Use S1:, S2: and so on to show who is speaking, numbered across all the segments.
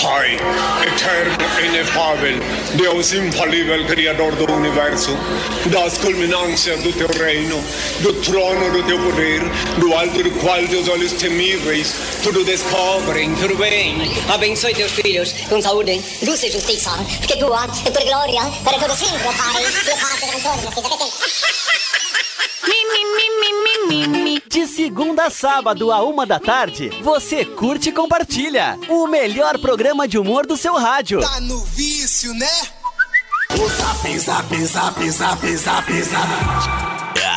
S1: Pai, eterno, inefável, Deus infalível, Criador do universo, das culminâncias do teu reino, do trono do teu poder, do alto do qual teus olhos temíveis tudo descobrem, tudo bem.
S2: Abençoe teus filhos com saúde.
S3: Luz e justiça, que é tua e tua glória, para todo sempre, Pai, e paz e contorno,
S4: De segunda a sábado, a uma da tarde, você curte e compartilha. O melhor programa de humor do seu rádio.
S5: Tá no vício, né?
S6: O zap, zap, zap, zap, zap, zap.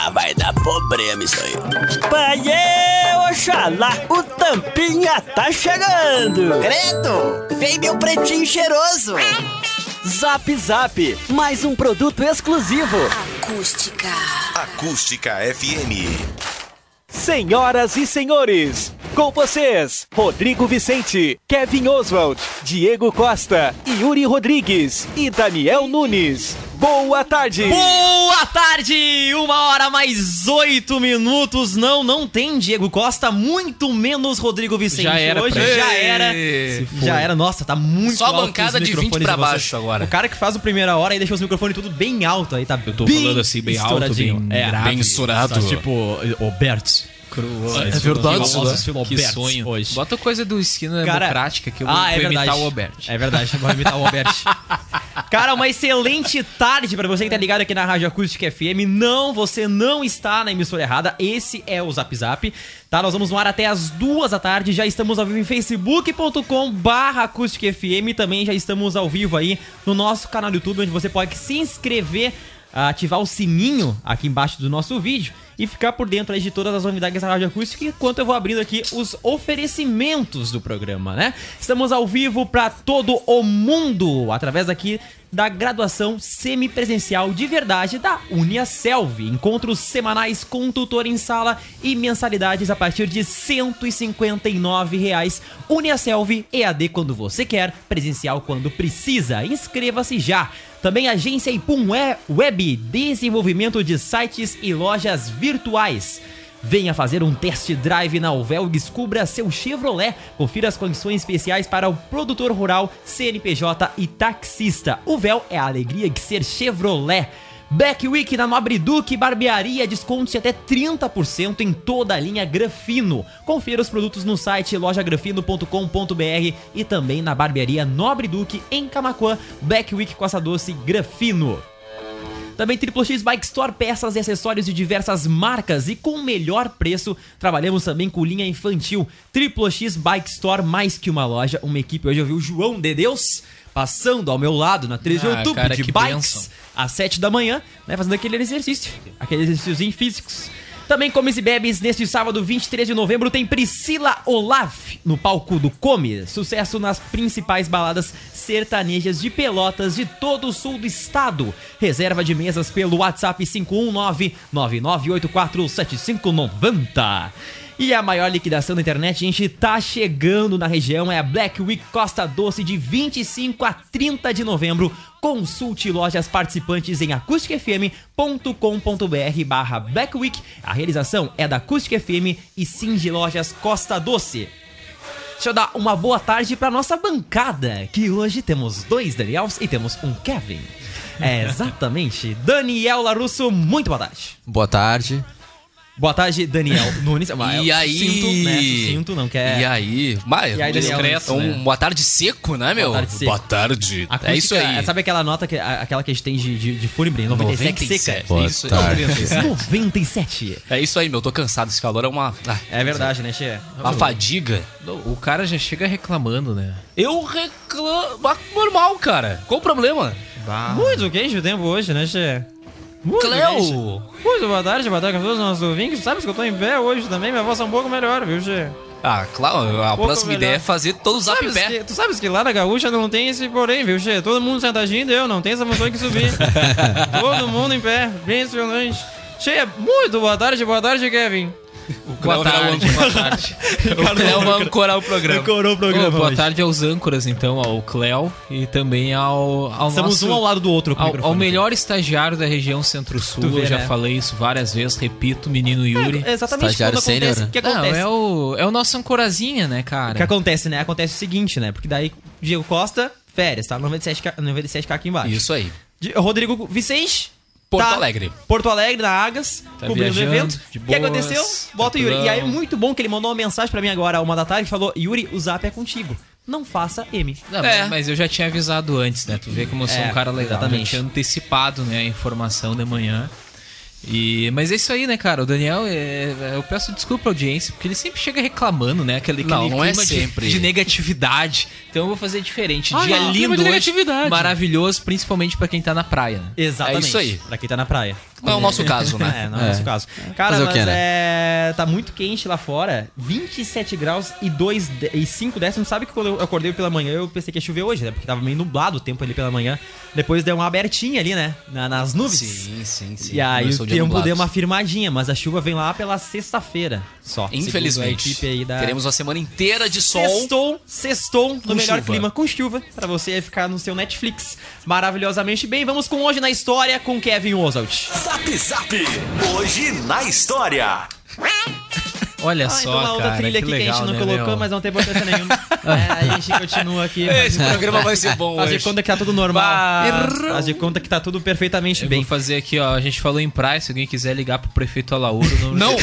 S6: Ah, vai dar problema isso aí.
S4: é,
S7: Paiê, Oxalá, o Tampinha tá chegando.
S8: Credo, vem meu pretinho cheiroso.
S4: Zap Zap, mais um produto exclusivo.
S9: Acústica.
S10: Acústica FM.
S4: Senhoras e senhores, com vocês, Rodrigo Vicente, Kevin Oswald, Diego Costa, Yuri Rodrigues e Daniel Nunes. Boa tarde!
S11: Boa tarde! Uma hora mais oito minutos. Não, não tem Diego Costa, muito menos Rodrigo Vicente.
S12: Já era,
S11: Hoje
S12: pra-
S11: já era. Já era. Nossa, tá muito
S12: Só
S11: alto
S12: bancada
S11: os
S12: de 20
S11: microfones
S12: pra
S11: de vocês.
S12: baixo agora.
S11: O cara que faz o primeira hora e deixa os microfones tudo bem alto aí, tá? Eu
S12: tô falando assim, bem alto, bem grave,
S11: bem estourado.
S12: sabe?
S11: tipo, Roberts. Cruz.
S12: É verdade, isso, né?
S11: Que sonho. Hoje.
S12: Bota coisa do Esquina
S11: Cara,
S12: Democrática que eu
S11: ah,
S12: vou
S11: é
S12: imitar
S11: verdade.
S12: o Albert.
S11: É verdade, vou imitar o Albert. Cara, uma excelente tarde pra você que tá ligado aqui na Rádio Acústica FM. Não, você não está na emissora errada. Esse é o Zap Zap. Tá, nós vamos no ar até as duas da tarde. Já estamos ao vivo em facebook.com barra acústica FM. Também já estamos ao vivo aí no nosso canal do YouTube, onde você pode se inscrever, ativar o sininho aqui embaixo do nosso vídeo e ficar por dentro aí de todas as novidades da Rádio Acústica, enquanto eu vou abrindo aqui os oferecimentos do programa, né? Estamos ao vivo para todo o mundo, através aqui da graduação semipresencial de verdade da UniaSelv. Encontros semanais com tutor em sala e mensalidades a partir de R$ 159 reais. UniaSelv EAD quando você quer, presencial quando precisa. Inscreva-se já. Também agência Ipum é Web, desenvolvimento de sites e lojas virtuais. Venha fazer um test drive na Uvel e descubra seu Chevrolet. Confira as condições especiais para o produtor rural, CNPJ e taxista. Uvel é a alegria de ser Chevrolet. Black Week na Nobre Duque Barbearia, descontos de até 30% em toda a linha Grafino. Confira os produtos no site lojagrafino.com.br e também na barbearia Nobre Duque em Camacuã, Black Week Costa Doce Grafino. Também Triple X Bike Store, peças e acessórios de diversas marcas e com o melhor preço. Trabalhamos também com linha infantil. Triple X Bike Store, mais que uma loja, uma equipe. Hoje eu vi o João de Deus passando ao meu lado na 13 de
S12: Ah,
S11: outubro
S12: cara,
S11: de
S12: que
S11: bikes
S12: bênção.
S11: às 7 da manhã, né, fazendo aquele exercício, aqueles exercícios físicos. Também Comes e Bebes, neste sábado 23 de novembro, tem Priscila Olaf no palco do Come. Sucesso nas principais baladas sertanejas de Pelotas de todo o sul do estado. Reserva de mesas pelo WhatsApp 519 99847590. E a maior liquidação da internet, gente, tá chegando na região. É a Black Week Costa Doce de 25 a 30 de novembro. Consulte lojas participantes em acusticfm.com.br barra Black Week. A realização é da Acústica FM e Cindy Lojas Costa Doce. Deixa eu dar uma boa tarde pra nossa bancada, que hoje temos dois Daniels e temos um Kevin. É exatamente, Daniel Larusso, muito É. boa tarde.
S13: Boa tarde.
S11: Boa tarde, Daniel Nunes. Mas
S12: E
S11: eu
S12: aí?
S11: Sinto, né? Sinto, não quer.
S12: E aí? Mas,
S11: E aí, Daniel?
S12: discreto, um-
S11: né?
S12: é- Boa tarde seco, né, meu?
S11: Boa tarde seco.
S12: tarde.
S11: Acústica,
S12: É isso aí.
S11: Sabe aquela nota, que, a- aquela que a gente tem de, de, de Fúnebre? 97, seca.
S12: 97, Boa isso aí. tarde.
S11: 97.
S12: É isso aí, meu. Tô cansado. Esse calor é uma... ah,
S11: É verdade, né, Che?
S12: Uma fadiga.
S11: O cara já chega reclamando, né?
S12: Eu reclamo... Ah, Normal, cara. Qual o problema?
S11: Ah. Muito quente o tempo hoje, né, Che? Muito
S12: Cleo!
S11: quente. Muito boa tarde, boa tarde a todos os nossos ouvintes. Sabe que eu tô em pé hoje também, minha voz é um pouco melhor, viu, Che?
S12: Ah, claro. A
S11: pouco
S12: próxima
S11: melhor.
S12: ideia é fazer todos os zap em
S11: Sabes
S12: pé.
S11: que- tu sabes que lá na gaúcha não tem esse porém, viu, Che? Todo mundo sentadinho deu, não tem essa moção que subir. Todo mundo em pé, bem impressionante. Che, é muito boa tarde, boa tarde, Kevin.
S12: Boa tarde. Boa tarde. O Cléo vai ancorar o programa.
S11: Ancorou o programa
S12: Ô, boa
S11: hoje.
S12: tarde aos âncoras, então, ao Cléo e também ao, ao
S11: Estamos
S12: nosso...
S11: um ao lado do outro com o
S12: Ao,
S11: microfone
S12: ao
S11: aqui.
S12: melhor estagiário da região Centro-Sul,
S11: Tu vê,
S12: eu já
S11: né?
S12: falei isso várias vezes, repito, menino Yuri.
S11: É exatamente quando
S13: Estagiário
S11: acontece,
S13: sênior, né?
S11: o que
S12: Não,
S11: acontece.
S12: é o, é o nosso ancorazinha, né,
S11: O que
S12: cara?
S11: acontece, né? Acontece o seguinte, né? Porque daí Diego Costa, férias, tá? 97K, 97K aqui embaixo.
S12: Isso aí.
S11: Di- Rodrigo Vicente.
S12: Porto
S11: tá-
S12: Alegre.
S11: Porto Alegre, na Agas,
S12: Tá
S11: cobrindo o
S12: viajando,
S11: evento.
S12: de
S11: O que
S12: boas,
S11: aconteceu? Bota o Yuri.
S12: tranquilão.
S11: E aí, muito bom que ele mandou uma mensagem pra mim agora, uma da tarde, que falou: Yuri, o zap é contigo. Não faça M.
S12: Não,
S11: É.
S12: mas- mas eu já tinha avisado antes, né? Tu vê como eu sou
S11: É,
S12: um cara legal.
S11: exatamente.
S12: Eu tinha antecipado né, a informação de manhã. E, mas é isso aí, né, cara? O Daniel, é- eu peço desculpa à audiência, porque ele sempre chega reclamando, né? Aquele, aquele Não, não é clima de- sempre. De, negatividade. Então eu vou fazer diferente. Ah, Dia não, clima lindo de hoje, negatividade.
S11: maravilhoso,
S12: principalmente pra quem tá na praia. né?
S11: Exatamente.
S12: É isso aí.
S11: Pra quem tá na praia.
S12: Não é o nosso caso, né?
S11: É, não é, o nosso
S12: É.
S11: caso. Cara,
S12: Fazer o
S11: mas
S12: quê, né?
S11: é, tá muito quente lá fora. 27 graus e 2 de- e 5 décimos. Sabe que quando eu acordei pela manhã, eu pensei que ia chover hoje, né? Porque tava meio nublado o tempo ali pela manhã. Depois deu uma abertinha ali, né? Na- nas nuvens.
S12: Sim, sim, sim.
S11: E aí
S12: Começou
S11: o
S12: dia
S11: tempo
S12: nublado.
S11: deu uma firmadinha, mas a chuva vem lá pela sexta-feira só. segundo
S12: Infelizmente.
S11: a equipe aí da-
S12: Teremos uma semana inteira de sol.
S11: Sextou, sextou no
S12: Com
S11: melhor
S12: chuva.
S11: clima com chuva, pra você ficar no seu Netflix maravilhosamente bem. Vamos com Hoje na História com Kevin Oswald.
S6: Zap Zap, hoje na história.
S12: Olha
S11: Ah, então a outra trilha aqui que, a gente
S12: né,
S11: não colocou, mas não tem importância nenhuma. é, a gente continua aqui.
S12: Esse
S11: faz-
S12: programa vai ser bom
S11: Faz de
S12: hoje.
S11: conta que tá tudo normal.
S12: Errou.
S11: Faz de conta que tá tudo perfeitamente
S12: Eu
S11: bem.
S12: vou fazer aqui, ó. A gente falou em praia, se alguém quiser ligar pro prefeito Alauro... Não,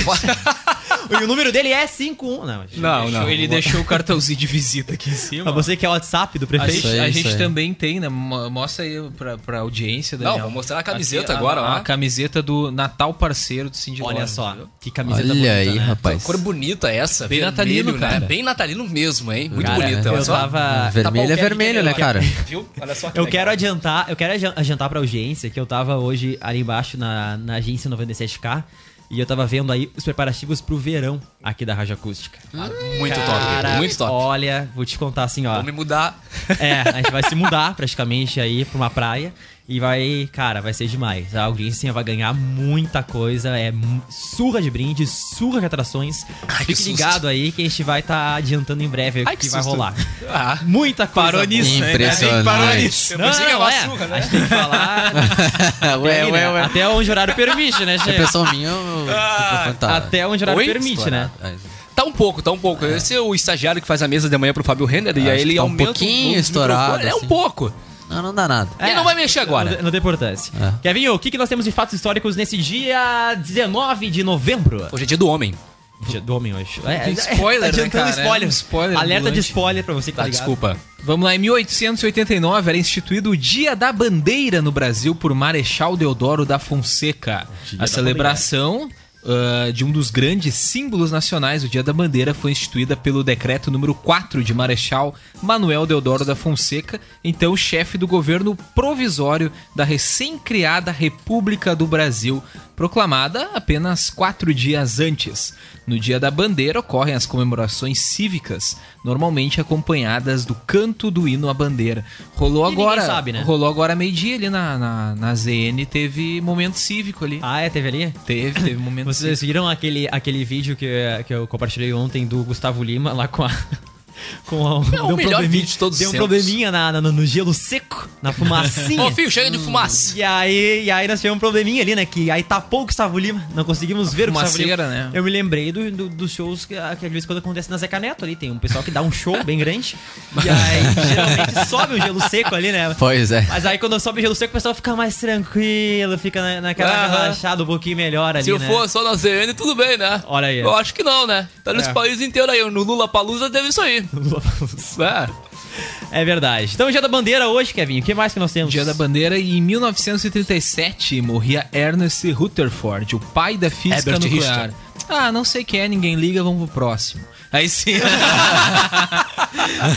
S11: E o número dele é 51. Não, a gente
S12: não,
S11: deixou-
S12: Ele deixou o cartãozinho de visita aqui em cima.
S11: Pra você que é o WhatsApp do
S12: A gente,
S11: prefeito.
S12: a gente também tem, né? Mo- Mostra aí pra, pra audiência. Daniel.
S10: Não, vou mostrar a camiseta
S12: Aqui, a-
S10: agora, ó.
S12: A, camiseta do Natal Parceiro do Cindy
S11: Olha
S12: Lojas,
S11: só,
S12: viu?
S11: que camiseta
S12: Olha
S11: bonita,
S12: aí,
S11: né?
S12: rapaz.
S10: Cor bonita
S13: é.
S10: essa,
S12: Bem
S10: vermelho,
S12: natalino,
S10: né?
S12: cara.
S10: Bem natalino mesmo, hein? Muito
S11: Cara,
S10: bonita. olha
S11: eu
S10: só. Tá
S11: tava...
S5: Vermelho é vermelho, né, cara?
S10: Viu? Olha só que
S11: Eu
S10: legal.
S11: quero adiantar, eu quero adian- adiantar pra audiência que eu tava hoje ali embaixo na, na agência 97K e eu tava vendo aí os preparativos pro verão aqui da Rádio Acústica.
S12: Hum,
S10: Muito
S11: Cara,
S10: top, muito top.
S11: Olha, vou te contar assim, ó.
S10: Vou me mudar.
S11: É, a gente vai se mudar praticamente aí pra uma praia e vai, cara, vai ser demais. A audiência vai ganhar muita coisa, é mu- surra de brindes, surra de atrações.
S10: que
S11: Fique
S10: susto.
S11: ligado aí que a gente vai estar adiantando em breve aí o
S12: Ai,
S11: que,
S12: que
S11: vai
S12: susto.
S11: rolar.
S12: Ah,
S11: Muita coisa.
S12: parou nisso, hein? né?
S5: Impressionante.
S12: Parou nisso.
S11: Não, não, não, é.
S12: né?
S11: A gente tem que falar.
S5: ué,
S11: aí,
S5: ué,
S11: né?
S5: ué.
S11: Até onde o horário permite, né,
S5: É
S11: gente? Ah,
S5: pessoa minha, o microfone tá
S11: Até onde o horário
S10: Oi?
S11: permite, né?
S5: estourado.
S10: Tá um pouco, tá um pouco. Esse é o estagiário que faz a mesa de manhã pro Fábio Renner e aí ele
S5: que tá um
S10: aumenta
S5: pouquinho
S10: os
S5: estourado,
S10: microfones. É um
S5: assim.
S10: pouco.
S5: Não, não dá nada.
S12: É.
S10: Ele não vai mexer agora.
S11: É. Não, não tem importância. Kevin, o que, que nós temos de fatos históricos nesse dia 19 de novembro?
S10: Hoje é dia do homem.
S11: Dia do homem hoje. É,
S12: Tem spoiler, né,
S11: adiantando
S12: cara?
S11: spoiler.
S12: É um spoiler Ah,
S11: Alerta de
S12: ambulante.
S11: spoiler pra você que tá,
S10: Tá,
S11: ligado.
S10: desculpa.
S12: Vamos lá, em 1889 era instituído o Dia da Bandeira no Brasil por Marechal Deodoro da Fonseca. a celebração ah, de um dos grandes símbolos nacionais, o Dia da Bandeira, foi instituída pelo decreto número 4 de Marechal Manuel Deodoro da Fonseca, então chefe do governo provisório da recém-criada República do Brasil, proclamada apenas quatro dias antes. No Dia da Bandeira ocorrem as comemorações cívicas, normalmente acompanhadas do canto do hino à bandeira. Rolou
S11: E ninguém
S12: agora,
S11: sabe, né?
S12: rolou agora meio-dia ali na, na, na ZN, teve momento cívico ali.
S11: Ah, é, teve ali?
S12: Teve, teve um momento assim.
S11: Vocês
S12: cívico.
S11: viram aquele, aquele vídeo que, que eu compartilhei ontem do Gustavo Lima lá com a. Com a, deu um
S10: melhor
S11: probleminha-
S10: vídeo de todos os
S11: Deu um
S10: tempos.
S11: probleminha na, na- no gelo seco, na fumacinha.
S10: Ô, filho, chega de fumaça.
S11: E aí, e aí nós tivemos um probleminha ali, né? Que aí tapou o Gustavo Lima, não conseguimos ver o Gustavo Lima.
S12: fumaceira, né?
S11: Eu me lembrei do- do- dos shows que, que de vez em quando acontece na Zeca Neto ali. Tem um pessoal que dá um show bem grande. E aí geralmente sobe o gelo seco ali, né?
S5: Pois é.
S11: Mas aí quando sobe o gelo seco, o pessoal fica mais tranquilo, fica na, naquela
S10: Aham.
S11: relaxada um pouquinho melhor ali.
S10: Se eu
S11: né?
S10: for só na ZN, tudo bem, né?
S11: Olha aí.
S10: Eu acho que não, né? Tá nesse
S11: É.
S10: país inteiro aí. No Lula Palusa teve isso aí. É.
S11: É verdade. Então, dia da bandeira hoje, Kevin. O que mais que nós temos?
S12: Um Dia da Bandeira e em 1937 morria Ernest Rutherford, o pai da física
S10: Herbert
S12: nuclear. Ah, não sei quem é, ninguém liga, vamos pro próximo. Aí sim.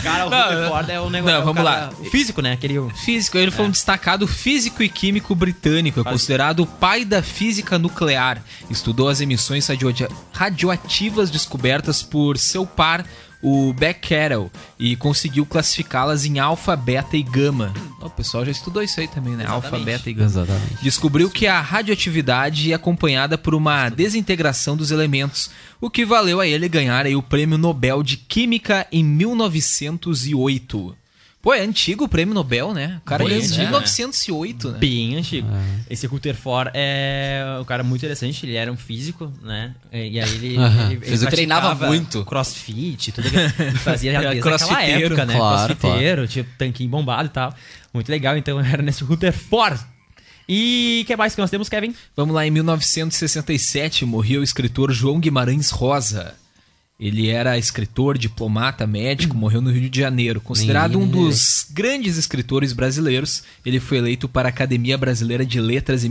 S11: Cara, o
S12: Não,
S11: Rutherford é o negócio.
S12: não,
S11: é o
S12: vamos
S11: cara-
S12: lá.
S11: O físico, né? Aquele.
S12: Físico, ele foi um destacado físico e químico britânico, é considerado o pai da física nuclear. Estudou as emissões radioa- radioativas descobertas por seu par, o Becquerel, e conseguiu classificá-las em alfa, beta e gama. O pessoal já estudou isso aí também, né? Alfa, beta e gama.
S5: Exatamente.
S12: Descobriu que a radioatividade é acompanhada por uma desintegração dos elementos, o que valeu a ele ganhar aí o Prêmio Nobel de Química em 1908. Pô, é antigo o prêmio Nobel, né? O cara
S11: Bem
S12: desde
S11: antigo, né?
S12: 1908, né?
S11: Bem antigo. Esse Ruther Ford é um cara muito interessante, ele era um físico, né? E aí ele,
S5: Aham.
S11: ele- ele
S5: Físico. Treinava
S11: praticava
S5: muito.
S11: Crossfit, tudo que fazia já
S12: Era
S11: desde aquela
S12: crossfiteiro,
S11: época, né?
S5: claro,
S11: crossfiteiro, tinha tanquinho bombado e tal. Muito legal, então era nesse Ruther Ford. E o que mais que nós temos, Kevin?
S12: Vamos lá, em 1967 morreu o escritor João Guimarães Rosa. Ele era escritor, diplomata, médico, morreu no Rio de Janeiro. Considerado um dos grandes escritores brasileiros, ele foi eleito para a Academia Brasileira de Letras em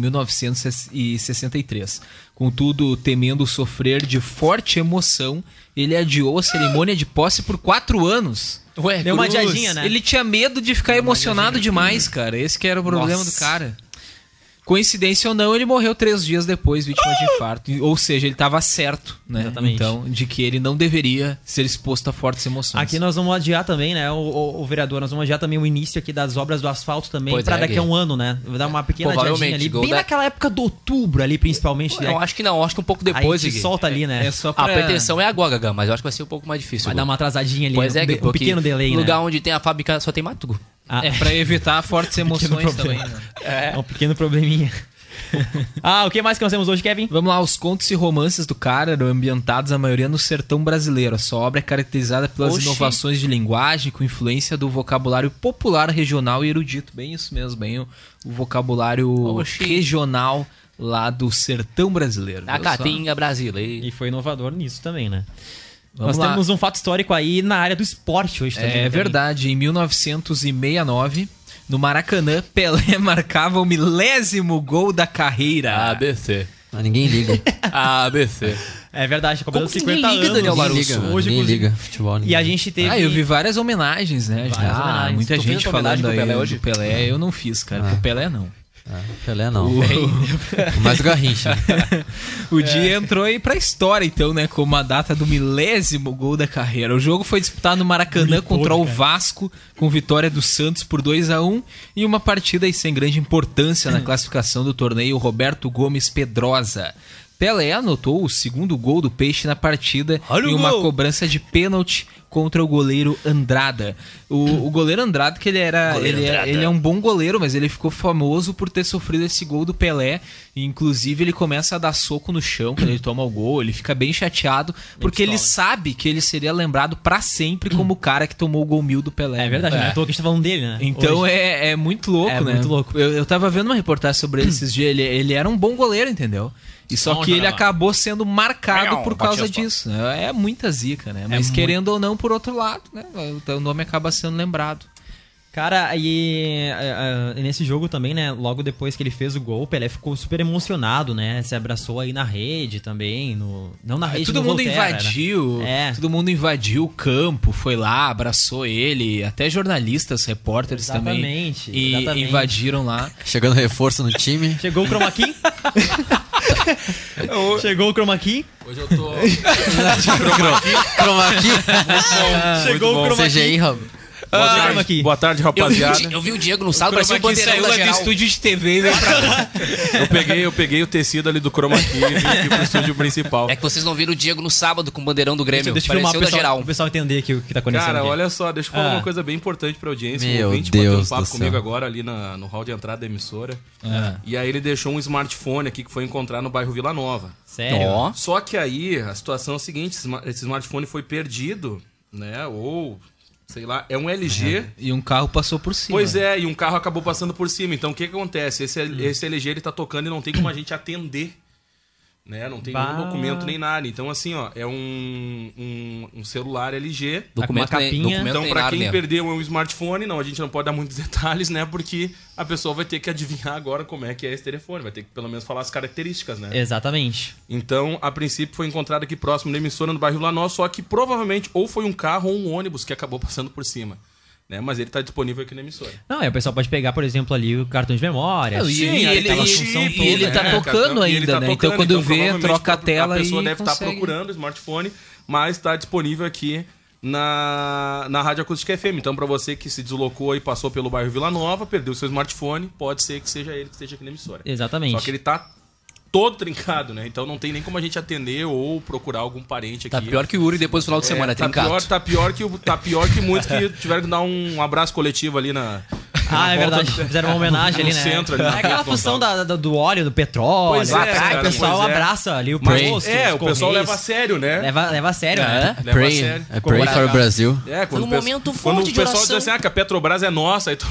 S12: 1963. Contudo, temendo sofrer de forte emoção, ele adiou a cerimônia de posse por quatro anos.
S11: Ué, Deu uma cruz. adiadinha, né?
S12: Ele tinha medo de ficar emocionado demais, cara. Esse que era o problema
S11: Nossa.
S12: do cara. Coincidência ou não, ele morreu três dias depois, vítima de infarto. Ou seja, ele estava certo, né?
S11: Exatamente.
S12: Então, de que ele não deveria ser exposto a fortes emoções.
S11: Aqui nós vamos adiar também, né, o, o- o vereador, nós vamos adiar também o início aqui das obras do asfalto também
S10: Pois
S11: pra
S10: é,
S11: daqui
S10: Gui.
S11: a um ano, né? Vou dar uma pequena adiadinha
S10: Provavelmente,
S11: ali,
S10: gol
S11: bem
S10: da-
S11: naquela época do outubro ali, principalmente. né?
S10: Eu acho que não, eu acho que um pouco
S11: Aí
S10: depois.
S11: te
S10: Gui.
S11: solta ali, né?
S12: É só
S10: A
S12: pra-
S10: pretensão é agora, Gagá, mas eu acho que vai ser um pouco mais difícil.
S11: Vai
S10: Gui.
S11: dar uma atrasadinha ali,
S10: Pois
S11: né?
S10: é,
S11: Um
S10: Gui,
S11: de- um
S10: porque
S11: pequeno delay, né?
S10: Lugar onde tem a fábrica só tem Matugo.
S11: Ah,
S12: É para evitar fortes emoções também.
S11: problema.
S12: Né?
S11: é um pequeno probleminha. ah, o que mais que nós temos hoje, Kevin?
S12: Vamos lá, os contos e romances do cara eram ambientados a maioria no sertão brasileiro. A sua obra é caracterizada pelas
S10: Oxi.
S12: inovações de linguagem, com influência do vocabulário popular, regional e erudito. Bem isso mesmo, bem o, o vocabulário
S10: Oxi. Ah,
S12: regional lá do sertão brasileiro.
S10: A
S12: viu só?
S10: Caatinga brasileira.
S11: E foi inovador nisso também, né?
S12: Vamos
S11: nós
S12: lá.
S11: temos um fato histórico aí na área do esporte hoje também. né,
S12: É
S11: Kevin.
S12: verdade, em 1969, no Maracanã, Pelé marcava o milésimo gol da carreira.
S10: ABC.
S5: Ah, ninguém liga.
S10: ABC.
S11: É verdade,
S10: Como
S11: completando
S10: que
S11: 50
S10: ninguém liga,
S11: anos.
S10: Daniel
S5: ninguém
S10: Larusso?
S5: liga, mano.
S11: Hoje,
S5: ninguém
S11: inclusive.
S5: liga futebol.
S11: E
S5: ninguém
S11: a
S5: liga.
S11: gente teve...
S12: Ah, eu vi várias homenagens, né? gente?
S11: Várias
S12: ah,
S11: homenagens.
S12: muita
S10: Tu fez
S12: gente
S10: tua homenagem
S12: falando aí
S10: pro Pelé
S12: do
S10: hoje?
S12: Pelé, eu não fiz, cara. Pro Pelé não.
S5: Pelé não. Mas Uh. o Garrincha.
S11: É.
S12: O dia entrou aí pra história, então, né? Como a data do milésimo gol da carreira. O jogo foi disputado no Maracanã contra o Vasco, com vitória do Santos por 2 a 1 e uma partida aí sem grande importância na classificação do torneio Roberto Gomes Pedrosa. Pelé anotou o segundo gol do Peixe na partida
S11: Olha o
S12: em uma
S11: gol!
S12: cobrança de pênalti contra o goleiro Andrada. O, o goleiro Andrada, que ele era. Ele, é- ele é um bom goleiro, mas ele ficou famoso por ter sofrido esse gol do Pelé. E, Inclusive, ele começa a dar soco no chão quando ele toma o gol. Ele fica bem chateado, porque ele sabe que ele seria lembrado pra sempre como o cara que tomou o gol mil do Pelé.
S11: É verdade, né? Eu tô aqui falando dele, né?
S12: Então
S11: Hoje.
S12: é, é muito louco,
S11: É
S12: né? Hum.
S11: muito louco.
S12: Eu, eu tava vendo uma reportagem sobre ele esses dias. Ele, ele era um bom goleiro, entendeu? E só que ele acabou sendo marcado por causa disso. né? É muita zica, né? Mas querendo ou não, por outro lado, né? O o nome acaba sendo lembrado.
S11: Cara, e, ah, ah, nesse jogo também, né? Logo depois que ele fez o gol, o Pelé ficou super emocionado, né? Se abraçou aí na rede também. No... Não na
S12: Aí
S11: rede,
S12: Ah, todo
S11: no
S12: mundo
S11: Volterra, era.
S12: invadiu.
S11: É.
S12: né? Todo mundo invadiu o campo, foi lá, abraçou ele. Até jornalistas, repórteres
S11: Exatamente,
S12: também. E
S11: exatamente.
S12: invadiram lá.
S5: Chegando reforço no time.
S11: Chegou o chroma key. Chegou o chroma key.
S10: Hoje eu tô.
S5: Chroma key.
S9: Ah,
S11: Chegou o chroma key.
S5: CGI, Rob.
S11: Chegou o chroma key.
S9: Boa tarde,
S10: Ah, Eu vi, o
S9: rapaziada.
S10: Di- eu vi o Diego no sábado, parecia um
S12: Chroma key
S10: bandeirão da geral.
S12: é de TV e veio pra cá.
S9: Eu peguei, eu peguei o tecido ali do chroma key e vim aqui pro estúdio principal.
S10: É que vocês não viram o Diego no sábado com o bandeirão do Grêmio.
S11: Deixa eu filmar
S10: pareceu
S11: o
S10: da
S11: pessoal,
S10: geral.
S11: pro pessoal entender aqui o que tá acontecendo.
S9: Cara,
S11: aqui.
S9: olha só, deixa eu falar
S11: Ah.
S9: uma coisa bem importante pra audiência.
S5: Meu
S9: um ouvinte
S5: Deus
S9: bateu um
S5: do
S9: papo
S5: céu. É.
S9: comigo agora ali na- no hall de entrada da emissora.
S12: Ah.
S9: E aí ele deixou um smartphone aqui que foi encontrar no bairro Vila Nova.
S11: Sério? Tá
S10: Ó.
S9: Só que aí a situação é a seguinte: esse sma- esse smartphone foi perdido, né? Ou, sei lá, é um LG.
S12: E um carro passou por cima.
S9: Pois é, e um carro acabou passando por cima. Então o que, que acontece? Esse,
S5: Hum.
S9: esse LG ele tá tocando e não tem como a gente atender. Né? Não tem
S11: Bah.
S9: nenhum documento nem nada. Então, assim, ó, é um, um, um celular LG.
S11: Tá com uma
S10: nem-
S11: capinha.
S10: documento
S9: Então,
S10: nem
S9: pra
S10: nada,
S9: quem
S10: né?
S9: perdeu um smartphone, não, a gente não pode dar muitos detalhes, né? Porque a pessoa vai ter que adivinhar agora como é que é esse telefone. Vai ter que, pelo menos, falar as características,
S11: É.
S9: né?
S11: Exatamente.
S9: Então, a princípio, foi encontrado aqui próximo da emissora, no bairro Lanó, só que provavelmente ou foi um carro ou um ônibus que acabou passando por cima. Né? Mas ele tá disponível aqui na emissora.
S11: Não, aí o pessoal pode pegar, por exemplo, ali o cartão de memória. assim,
S12: Não, e-
S9: Sim,
S12: e
S9: aí
S12: ele,
S9: tá
S12: e-
S9: uma função
S12: e
S9: toda,
S12: ele tá
S9: né, cara?
S12: tocando
S9: E ele
S12: ainda,
S9: tá
S12: né? então
S9: tocando,
S12: quando vê,
S9: provavelmente
S12: troca a tela
S9: A
S12: e
S9: pessoa deve estar
S12: consegue.
S9: procurando o smartphone, mas tá disponível aqui na, na Rádio Acústica FM. Então, pra você que se deslocou e passou pelo bairro Vila Nova, perdeu seu smartphone, pode ser que seja ele que esteja aqui na emissora.
S11: Exatamente.
S9: Só que ele tá todo trincado, né? Então não tem nem como a gente atender ou procurar algum parente aqui.
S10: Tá pior que o Uri depois do final de semana,
S9: tá
S10: trincado.
S9: pior, tá pior que o- tá pior que muitos que tiveram que dar um abraço coletivo ali na
S11: Ah,
S9: na
S11: é
S9: volta
S11: verdade.
S9: do-
S11: Fizeram uma homenagem ali,
S9: no
S11: né?
S9: centro ali.
S11: é
S9: na
S11: aquela
S9: Ponta Gonçalves.
S11: função da- da- do óleo, do petróleo.
S9: Pois
S11: lá,
S9: é,
S11: cara,
S9: cara,
S11: o pessoal
S9: pois é.
S11: abraça ali o
S9: Pray.
S11: posto.
S9: É,
S11: os
S9: o pessoal
S11: correios.
S9: leva a sério, né?
S11: Leva, leva a sério, né?
S9: É, leva a
S10: Pray-
S9: sério.
S10: é pray for Brazil.
S9: É, quando
S11: Um
S9: o pessoal-
S11: momento fonte
S9: quando
S11: de
S9: o pessoal
S11: oração.
S9: diz assim, ah, que a Petrobras é nossa, aí tu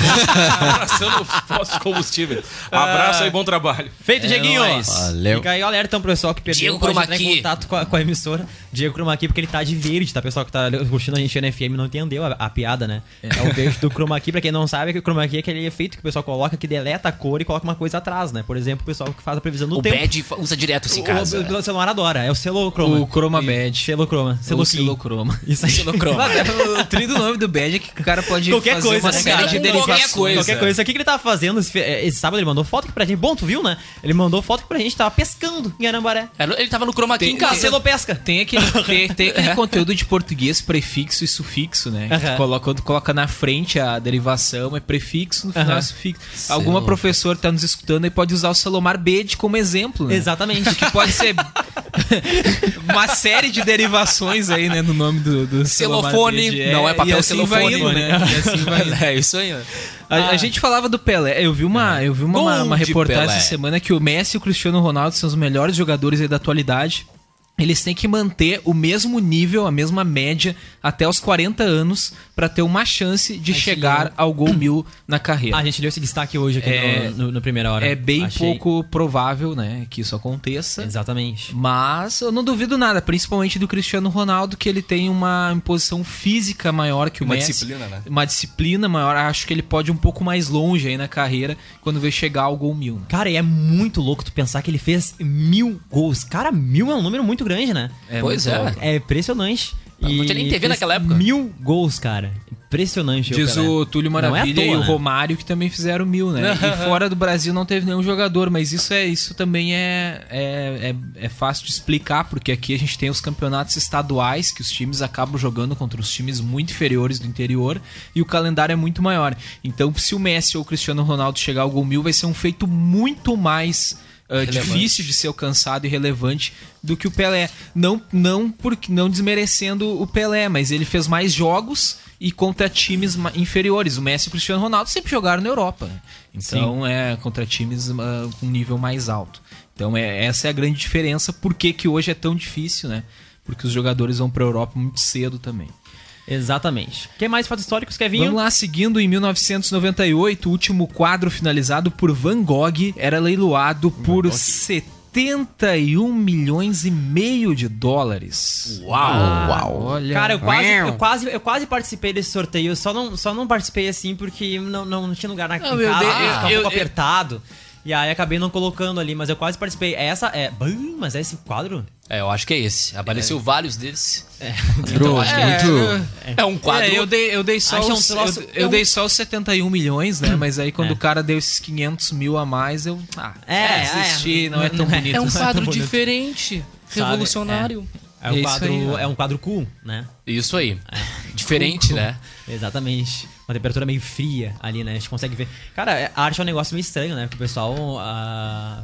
S9: abraçando postos de combustível. Abraço
S11: Ah.
S9: aí, bom trabalho.
S11: Feito, Dieguinho.
S10: Valeu.
S11: Fica aí, galera, então, pro pessoal que perdeu.
S10: Diego
S11: pode
S10: Chroma
S11: entrar em
S10: Key.
S11: contato com a, com a emissora. Diego Cromaqui, porque ele tá de verde, tá? Pessoal que tá curtindo a gente na FM não entendeu a, a piada, né? É o verde do Cromaqui. Pra quem não sabe, é que o Cromaqui é aquele efeito que o pessoal coloca que deleta a cor e coloca uma coisa atrás, né? Por exemplo, o pessoal que faz a previsão do
S10: O
S11: tempo.
S10: Bad é, fa- usa direto assim em casa.
S11: O, o celular adora, é o selo croma.
S12: O Chroma
S11: Bad. Selo croma. Selo
S12: O Silocroma.
S11: Isso aí.
S12: Mas é, o tri do nome do Bad é que o cara pode
S11: Qualquer
S12: fazer
S11: coisa,
S12: uma
S11: né,
S12: série
S11: cara?
S12: de
S11: Qualquer
S12: derivações.
S11: coisa. Qualquer coisa. O que que ele tava fazendo esse, fe- esse sábado? Ele mandou foto aqui pra gente. Bom, tu viu, né? Ele mandou foto aqui pra gente, tava pescando em Anambaré.
S10: Ele tava É, no chroma key É. em
S11: casa.
S12: tem-
S11: Selo pesca.
S12: Tem aquele, tem, tem aquele conteúdo de português, prefixo e sufixo, né? Que
S11: Aham.
S12: coloca, quando coloca na frente a derivação, é prefixo, no final
S11: Aham.
S12: é sufixo.
S10: Sei
S12: Alguma
S10: lá.
S12: professora tá nos escutando e pode usar o Salomar Bede como exemplo, né?
S11: Exatamente.
S12: Que pode ser uma série de derivações aí, né? No nome do, do Salomar Bede.
S10: Celofone. Não é papel
S12: e assim vai
S10: celofone.
S12: indo, né? E assim vai indo. Ah.
S10: É isso aí, ó.
S12: A, a gente falava do Pelé. Eu vi uma, eu vi uma,
S10: Gol
S12: uma, uma
S10: de
S12: reportagem
S10: Pelé.
S12: essa semana que o Messi e o Cristiano Ronaldo são os melhores jogadores aí da atualidade. Eles têm que manter o mesmo nível, a mesma média até os 40 anos pra ter uma chance de chegar ao gol mil na carreira.
S11: Ah, a gente deu esse destaque hoje aqui
S12: É-
S11: no, no, no primeira hora.
S12: É bem
S11: Achei.
S12: pouco provável, né, que isso aconteça.
S11: Exatamente.
S12: Mas eu não duvido nada, principalmente do Cristiano Ronaldo, que ele tem uma imposição física maior que o
S10: Uma
S12: Messi.
S10: disciplina, né?
S12: Uma disciplina maior. Acho que ele pode ir um pouco mais longe aí na carreira quando vê chegar ao gol mil. né?
S11: Cara, e é muito louco tu pensar que ele fez mil gols. Cara, mil é um número muito grande, né?
S12: É
S10: Pois
S12: muito
S10: é. Tá,
S12: louco.
S11: É impressionante.
S10: Não
S11: E
S10: tinha nem TV
S11: fez
S10: naquela época.
S11: Mil gols, cara. Impressionante.
S12: Diz
S11: Pelé.
S12: o Túlio
S11: Não é à
S12: Maravilha
S11: toa,
S12: e o
S11: né?
S12: Romário que também fizeram mil, né? e fora do Brasil não teve nenhum jogador, mas isso é isso também é, é, é, é fácil de explicar, porque aqui a gente tem os campeonatos estaduais que os times acabam jogando contra os times muito inferiores do interior e o calendário é muito maior. Então, se o Messi ou o Cristiano Ronaldo chegar ao gol mil, vai ser um feito muito mais. ah,
S10: Relevante.
S12: difícil de ser alcançado e relevante do que o Pelé. Não não porque não desmerecendo o Pelé, mas ele fez mais jogos e contra times ma- inferiores. O Messi e o Cristiano Ronaldo sempre jogaram na Europa. né? Então é contra times ah, com nível mais alto. Então é, essa é a grande diferença. Por que, que hoje é tão difícil, né? Porque os jogadores vão para a Europa muito cedo também.
S11: Exatamente. Quem mais fatos históricos, Kevinho?
S12: Vamos lá, seguindo em 1998, o último quadro finalizado por Van Gogh era leiloado por 71 milhões e meio de dólares. Ah.
S10: Uau, uau.
S12: Olha,
S11: Cara, eu quase, eu, quase, eu quase participei desse sorteio, só não, só não participei assim porque não, não, não tinha lugar na
S10: Não,
S11: em
S10: eu
S11: casa,
S10: dei-
S11: eu,
S10: eu-
S11: ficava um
S10: eu-
S11: pouco
S10: eu-
S11: apertado. E aí acabei não colocando ali, mas eu quase participei. Essa é. Bum, mas é esse quadro?
S10: É, eu acho que é esse. Apareceu vários desses. É.
S12: Bro,
S10: acho que
S12: é,
S10: muito. É um quadro.
S12: É, eu dei, eu dei só
S11: Acho que é um
S12: os,
S11: troço-
S12: eu,
S11: é
S12: eu
S11: um-
S12: dei só os 71 milhões, né? Mas aí
S10: É.
S12: quando o cara deu esses 500 mil a mais, eu ah,
S11: É,
S12: assisti,
S11: é.
S12: não é tão bonito.
S10: É um
S12: assim.
S10: quadro diferente.
S11: Sabe,
S10: Revolucionário.
S11: É um,
S12: É isso
S11: quadro,
S12: aí, ó.
S11: é um quadro cool, né?
S10: Isso aí. Diferente, né?
S11: Exatamente. Uma temperatura meio fria ali, né? A gente consegue ver. Cara, é- a arte é um negócio meio estranho, né? Porque o pessoal. ah,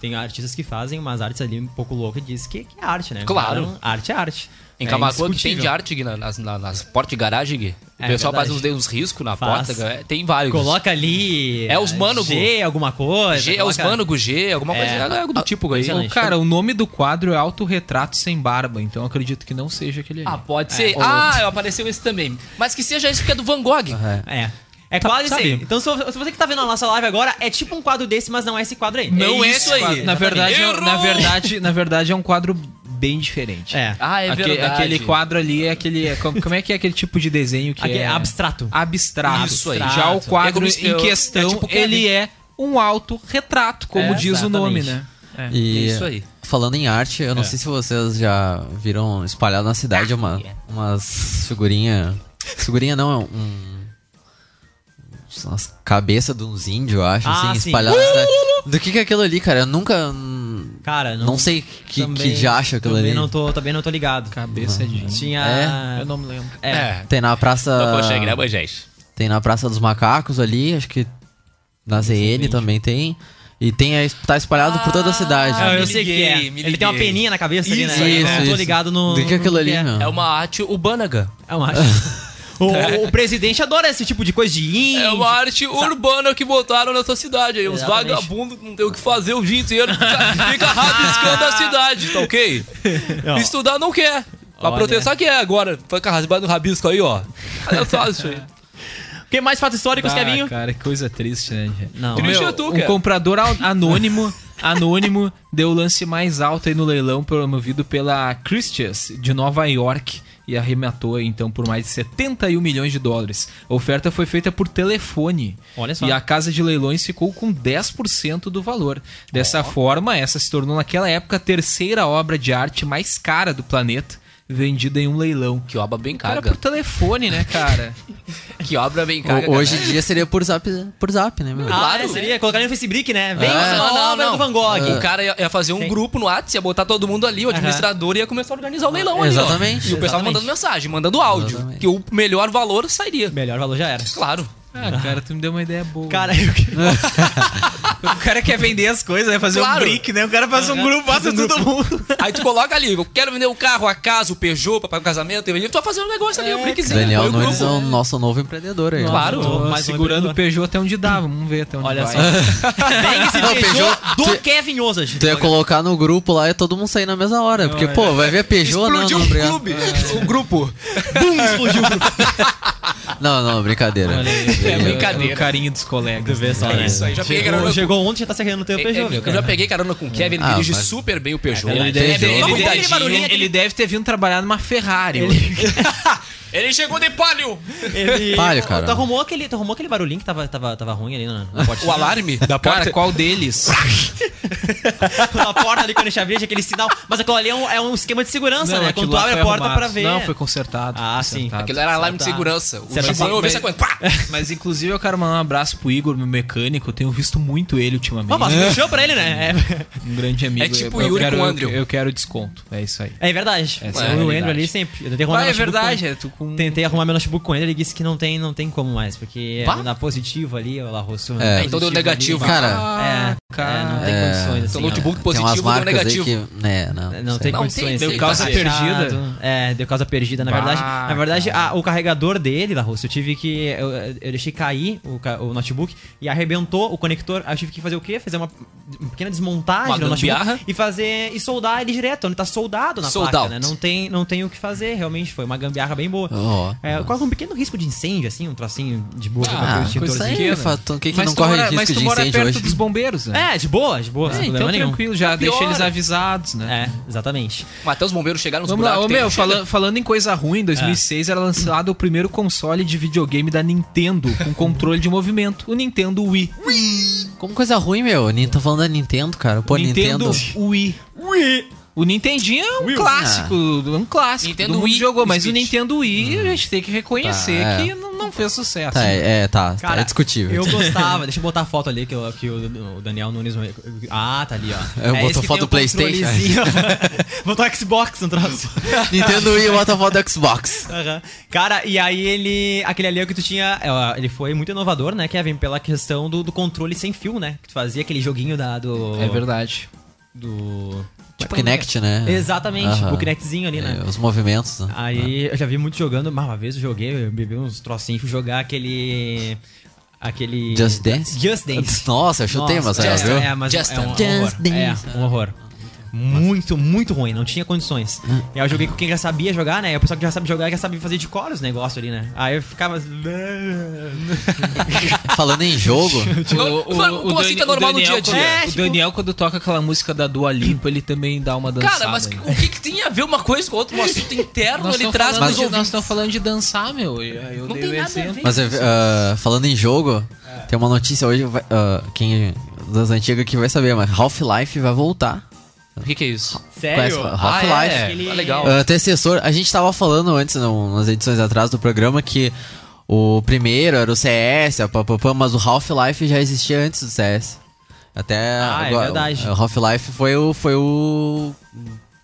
S11: tem artistas que fazem umas artes ali um pouco loucas e diz que, que é arte, né?
S10: Claro.
S11: Então, arte é arte.
S10: Em
S11: É
S10: Camacuã tem
S11: indiscutível.
S10: de arte Gui, na- nas, na- nas portas de garagem, Gui. O
S11: É
S10: pessoal
S11: verdade.
S10: faz uns, uns riscos na
S11: Faz.
S10: porta. é, Tem vários.
S11: Coloca ali.
S10: É os mano,
S11: G, alguma coisa.
S10: G, é os
S11: coloca-
S10: Mânago G, alguma coisa.
S11: É.
S10: É algo
S12: Ah,
S10: do tipo aí.
S11: Excelente.
S12: Cara, o nome do quadro é Autorretrato Sem Barba, então eu acredito que não seja aquele ali. É.
S10: Ah, pode ser. Ah, apareceu esse também. Mas que seja esse que é do Van Gogh.
S11: É. É
S5: Tá
S11: quase isso aí. Então, se se você que tá vendo a nossa live agora, é tipo um quadro desse, mas não é esse quadro aí.
S10: Não é
S12: esse
S10: isso aí.
S12: quadro. Na
S10: Exatamente.
S12: verdade, é- na
S10: Errou!
S12: verdade, na verdade é um quadro bem diferente.
S11: É.
S10: Ah, é
S12: Aque-
S10: verdade.
S12: Aquele quadro ali é aquele. é com- Como é que é aquele tipo de desenho que
S11: Aqui
S12: é
S11: é abstrato.
S12: abstrato?
S10: Isso aí.
S12: Já o
S10: Abstrato. É
S12: quadro
S10: como se-
S12: em
S10: eu- é
S12: questão,
S10: tipo Kevin.
S12: ele é um autorretrato, como
S10: É,
S12: diz o nome,
S11: exatamente.
S12: né? É.
S5: E
S10: É isso aí.
S5: Falando em arte, eu não
S11: É. Ah,
S5: sei se vocês já viram espalhado na cidade uma, umas figurinha, figurinha não, é um umas cabeça de uns índios, eu acho,
S11: Ah,
S5: assim,
S11: sim.
S5: espalhada na cidade. Do que que é aquilo ali, cara? Eu nunca hum,
S11: Cara,
S5: não,
S11: não,
S5: sei que
S11: também-
S5: que já acha aquilo
S11: também
S5: ali.
S11: Não tô, também não tô ligado. Uhum.
S12: Cabeça de.
S11: Tinha.
S12: Eu não me lembro.
S11: É.
S5: Tem na praça
S10: Não consegue, né, Moisés?
S5: Tem na Praça dos Macacos ali, acho que na ZN também tem. E tem, é, tá espalhado por toda a cidade.
S11: Ah, eu sei que é. Ele tem uma peninha na cabeça ali, né?
S5: Isso,
S11: Eu não tô
S5: isso.
S11: ligado no.
S5: Do que é aquilo ali,
S11: é.
S5: meu?
S11: É uma arte ubânaga. É uma arte. o, o presidente adora esse tipo de coisa de índio.
S13: É uma arte urbana que botaram nessa cidade aí. Uns
S11: Exatamente.
S13: vagabundos que não tem o que fazer o dia inteiro. Fica, fica rabiscando a cidade, tá ok?
S11: Ó.
S13: Estudar não quer. Pra
S11: Olha.
S13: protestar quer é agora. Fica rasgando o rabisco aí, ó. Aí é fácil isso aí.
S11: Tem mais fatos históricos,
S12: Ah,
S11: Kevinho?
S12: cara, que coisa triste, né? gente?
S11: Não.
S13: Triste
S12: Meu,
S13: é tu,
S12: um
S13: cara.
S12: comprador an- anônimo, anônimo deu o lance mais alto aí no leilão promovido pela Christie's de Nova York e arrematou aí, então por mais de 71 milhões de dólares. A oferta foi feita por telefone.
S11: Olha só.
S12: E a casa de leilões ficou com 10% do valor. Dessa forma, essa se tornou naquela época a terceira obra de arte mais cara do planeta. Vendida em um leilão.
S13: Que obra bem
S12: cara. Cara, por telefone, né, cara?
S13: que obra bem
S5: Ho- Hoje em dia seria por zap, por zap né, meu?
S11: Ah, é, seria colocar no Facebook, né? Vem
S5: É.
S11: essa
S13: Não,
S11: nova
S13: não,
S11: obra
S13: não.
S11: do Van Gogh.
S13: O cara ia, ia fazer um
S11: Sim.
S13: grupo no WhatsApp, ia botar todo mundo ali, o administrador ia começar a
S12: Ah,
S13: organizar o leilão ali. ó.
S5: Exatamente.
S13: E o pessoal
S5: Exatamente.
S13: mandando mensagem, mandando áudio. Que o melhor valor sairia.
S11: Melhor valor já era.
S13: Claro.
S12: Ah, cara, tu me deu uma ideia boa.
S11: Cara, eu... o cara quer vender as coisas, né? Fazer
S13: Claro.
S11: um brick, né? O cara faz um grupo, bota todo mundo.
S13: Aí tu coloca ali, eu quero vender o carro, a casa, o Peugeot pra pagar o casamento. Eu tô fazendo um negócio ali, um brinquezinho.
S5: Daniel
S13: põe o grupo.
S5: Nunes é o nosso novo empreendedor aí.
S13: Claro.
S12: um Tô
S11: Mais um
S12: segurando
S11: empreendedor.
S12: o Peugeot até onde dá, vamos ver até onde
S11: Olha
S12: vai.
S11: só. Vem esse Peugeot do Kevin Osas.
S5: Tu ia colocar no grupo lá e todo mundo sair na mesma hora. Porque, pô, vai ver Peugeot, não, não, obrigado.
S13: o grupo.
S11: Bum, explodiu o grupo.
S5: Não, não, brincadeira.
S12: É
S13: brincadeira.
S12: O carinho dos colegas.
S11: Vê só,
S13: É
S11: né?
S13: isso aí, já peguei
S11: chegou,
S13: grana-
S11: chegou ontem, já tá sacando o teu
S13: É, é,
S11: Peugeot, viu,
S13: eu
S11: cara?
S13: já peguei carona com o Kevin, ele
S5: Ah,
S13: dirige
S5: mas-
S13: super bem o Peugeot.
S5: Ele deve-
S13: bem-
S12: Ele,
S13: Vamos ver é aquele
S12: deve,
S13: barulhinho,
S12: ele
S13: aquele-
S12: deve ter vindo trabalhar numa Ferrari.
S13: Ele chegou de palio.
S11: Ele...
S5: Pare, cara.
S11: Tu arrumou aquele, tu arrumou aquele barulhinho que tava, tava, tava ruim ali né? na, na porta.
S13: O alarme da
S12: Cara, qual deles?
S11: na porta ali quando a gente abria, tinha aquele sinal. Mas aquilo ali é um, é um esquema de segurança, né?
S12: aquilo
S11: Quando tu
S12: lá
S11: abre
S12: foi
S11: a porta
S12: arrumado.
S11: pra ver.
S12: Não, foi consertado.
S11: Ah, sim.
S12: consertado.
S13: Aquilo era alarme de
S11: Tá.
S13: segurança. O
S11: Será que-
S13: Chico ouviu essa coisa. pá!
S12: É, Mas inclusive eu quero mandar um abraço pro Igor, meu mecânico. Eu tenho visto muito ele ultimamente.
S11: Mas mexeu pra ele, né?
S12: Um grande amigo.
S13: É tipo
S12: eu, eu
S13: Yuri
S12: quero,
S13: com o
S12: eu-
S13: Andrew.
S12: Eu, quero desconto. É isso aí.
S11: É, é verdade.
S12: Essa é
S11: eu
S12: a
S11: lembro
S12: realidade.
S11: ali sempre. Eu tentei arrumar
S12: Ah,
S11: meu
S12: é
S11: notebook
S12: verdade,
S11: com ele.
S12: é, tu com-
S11: Tentei arrumar meu notebook com ele, ele disse que não tem, não tem como mais, porque
S13: Pá?
S11: não dá positivo ali, o La Rosso.
S5: É.
S13: Então deu
S11: positivo
S13: negativo.
S11: ali.
S12: Ah,
S5: Cara,
S11: É, é, não tem condições assim.
S13: Então
S11: ó.
S13: notebook
S5: tem umas
S13: positivo deu
S5: marcas aí
S13: negativo.
S5: que. Né, não.
S11: Não
S5: sei.
S11: tem
S13: Não,
S11: condições.
S13: tem,
S11: assim,
S13: deu
S11: tá
S13: causa
S11: fechado.
S12: perdida.
S11: É, deu causa perdida. Na
S12: Bah,
S11: verdade, na verdade
S12: cara.
S11: a- o carregador dele, da Russo, eu tive que. Eu, eu deixei cair o, ca- o notebook e arrebentou o conector. Aí eu tive que fazer o quê? Fazer uma uma pequena desmontagem
S13: Uma
S11: do
S13: gambiarra.
S11: notebook e fazer. e soldar ele direto, onde tá soldado na
S13: Sold
S11: placa,
S13: out.
S11: né? Não tem, não tem o que fazer, realmente. Foi uma gambiarra bem boa.
S5: Ó.
S11: É, quase um pequeno risco de incêndio, assim, um trocinho de boa. pra ter o
S5: Ah,
S11: extintorzinho.
S5: coisa aí, Fato. O que, que
S12: mas
S5: não
S12: tu
S5: corre
S12: mora, mas
S5: risco
S12: tu
S5: de
S12: mora
S5: incêndio
S12: perto
S5: hoje?
S12: dos bombeiros, né?
S11: é, de boa, de boa,
S12: É,
S11: sem
S12: então
S11: problema nenhum.
S12: tranquilo, já deixa
S13: piora.
S12: eles avisados, né?
S11: É, exatamente.
S13: Até os bombeiros chegaram nos
S12: Vamos lá,
S13: buracos.
S12: ô
S13: tem- um
S12: meu,
S13: chega-
S12: fala- falando em coisa ruim, em 2006 era lançado o primeiro console de videogame da Nintendo com controle de movimento, o Nintendo Wii.
S5: Como coisa ruim, meu. Ni- Tô falando da Nintendo, cara. Pô, Nintendo.
S12: Wii. O Nintendinho é um clássico, um clássico.
S13: Ah. Nintendo
S12: Todo mundo
S13: Wii, Hum.
S12: jogou, mas
S13: Switch.
S12: o Nintendo Wii a gente tem que reconhecer
S5: Tá, é.
S12: que não, não fez sucesso.
S5: Tá, é, é, tá, tá,
S11: Cara,
S5: É discutível.
S11: Eu gostava, deixa eu botar a foto ali que, eu- que o, o Daniel Nunes. Ah, tá ali, ó.
S5: Eu boto
S11: esse que
S5: foto
S11: tem
S5: do
S11: o
S5: PlayStation.
S11: controlezinho. botou o Xbox no troço.
S5: Nintendo Wii e bota a foto do Xbox.
S11: Aham. Cara, e aí ele. Aquele ali é o que tu tinha. é, ó, Ele foi muito inovador, né, Kevin? Pela questão do, do controle sem fio, né? Que tu fazia aquele joguinho da, do.
S12: É verdade.
S11: Do.
S5: Tipo Kinect, né?
S11: Exatamente,
S5: Aham.
S11: o Kinectzinho ali, né?
S5: É, os movimentos. né?
S11: Aí eu já vi muito jogando, mas uma vez eu joguei, eu bebi uns trocinhos, fui jogar aquele. Aquele.
S5: Just Dance?
S11: Just Dance.
S5: Nossa, eu chutei,
S11: Nossa,
S5: mas é,
S11: Just-
S5: viu?
S11: é, mas
S13: Just
S11: é um,
S5: Dance.
S11: é um horror.
S5: Just Dance.
S11: É, um horror. Muito, muito ruim, não tinha condições. E aí eu joguei com quem já sabia jogar, né? E o pessoal que já sabe jogar já sabe fazer de cor os negócios ali, né? Aí eu ficava.
S5: Falando em jogo.
S13: Como assim tá normal no dia a dia?
S11: É,
S12: o
S11: tipo-
S12: Daniel, quando toca aquela música da Dua Lipa, ele também dá uma dançada.
S13: Cara, mas
S12: né?
S13: o que, que tem a ver uma coisa com outra? Um assunto interno
S12: Nós
S13: ele
S12: estamos
S13: traz
S12: falando
S13: nos
S12: de- nós
S13: ouvintes.
S12: estamos falando de dançar, meu. Eu, eu
S13: Não
S12: dei
S13: tem
S12: o
S13: nada a
S12: exemplo.
S13: ver.
S5: Mas eh, ah, falando em jogo,
S13: É.
S5: tem uma notícia hoje, vai- ah, quem das antigas que vai saber, mas Half-Life vai voltar.
S13: O que, que é isso?
S5: Conhece
S11: Sério?
S5: Half-Life.
S13: Ah,
S11: Aquele-
S13: é. Ah, legal.
S5: Ah, antecessor, a gente tava falando antes, não, nas edições atrás do programa, que o primeiro era o CS, a papapá, mas o Half-Life já existia antes do CS. Até
S11: Ah, é verdade.
S5: O Half-Life foi o, foi o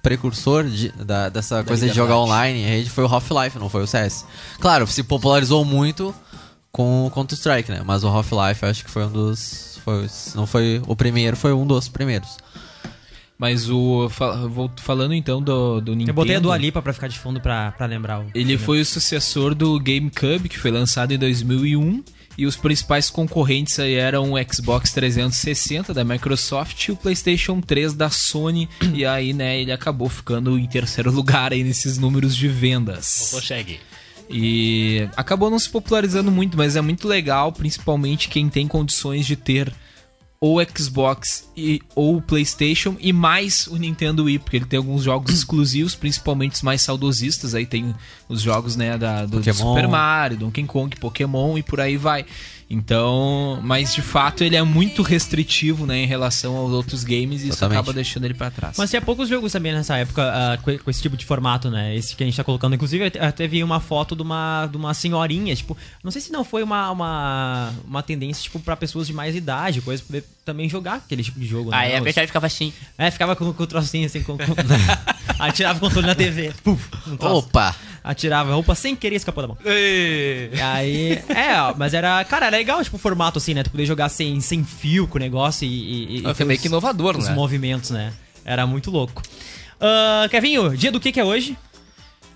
S5: precursor de- da- dessa coisa de jogar online em rede, foi o Half-Life, não foi o CS. Claro, se popularizou muito com o Counter-Strike, né? Mas o Half-Life eu acho que foi um dos Foi, se não foi o primeiro, foi um dos primeiros.
S12: Mas o. fal- vou- Falando então do, do Nintendo.
S11: Eu botei a Dua Lipa pra ficar de fundo pra, pra lembrar o.
S12: Ele foi o sucessor do GameCube, que foi lançado em 2001. E os principais concorrentes aí eram o Xbox 360 da Microsoft e o PlayStation 3 da Sony. e aí, né, ele acabou ficando em terceiro lugar aí nesses números de vendas.
S14: Consegue.
S12: E acabou não se popularizando muito, mas é muito legal, principalmente quem tem condições de ter ou Xbox e ou PlayStation e mais o Nintendo Wii, porque ele tem alguns jogos exclusivos, principalmente os mais saudosistas, aí tem os jogos, né, da do
S5: Pokémon.
S12: Super Mario, Donkey Kong, Pokémon e por aí vai. Então, mas de fato ele é muito restritivo, né, em relação aos outros games e isso
S11: Totalmente.
S12: acaba deixando ele pra trás.
S11: Mas tinha poucos jogos também nessa época ah, com- com esse tipo de formato, né? Esse que a gente tá colocando. Inclusive, eu até vi uma foto de uma, de uma senhorinha, tipo, não sei se não foi uma, uma, uma tendência, tipo, pra pessoas de mais idade, coisa, poder também jogar aquele tipo de jogo, né?
S14: Ah, é, a
S11: Os-
S14: pessoa ficava assim.
S11: É, ficava com, com o trocinho assim, com, com... atirava o controle na TV. Puf, um troço.
S5: Opa!
S11: Atirava, opa, sem querer escapou da mão. E aí, é, ó, mas era, cara, era legal, tipo, o formato assim, né? Tu poder jogar sem, sem fio com o negócio e. e- e
S13: Ah,
S11: ter
S13: foi meio
S11: os-
S13: que inovador,
S11: os
S13: né?
S11: movimentos, né? Era muito louco. Ah, Kevinho, dia do que que é hoje?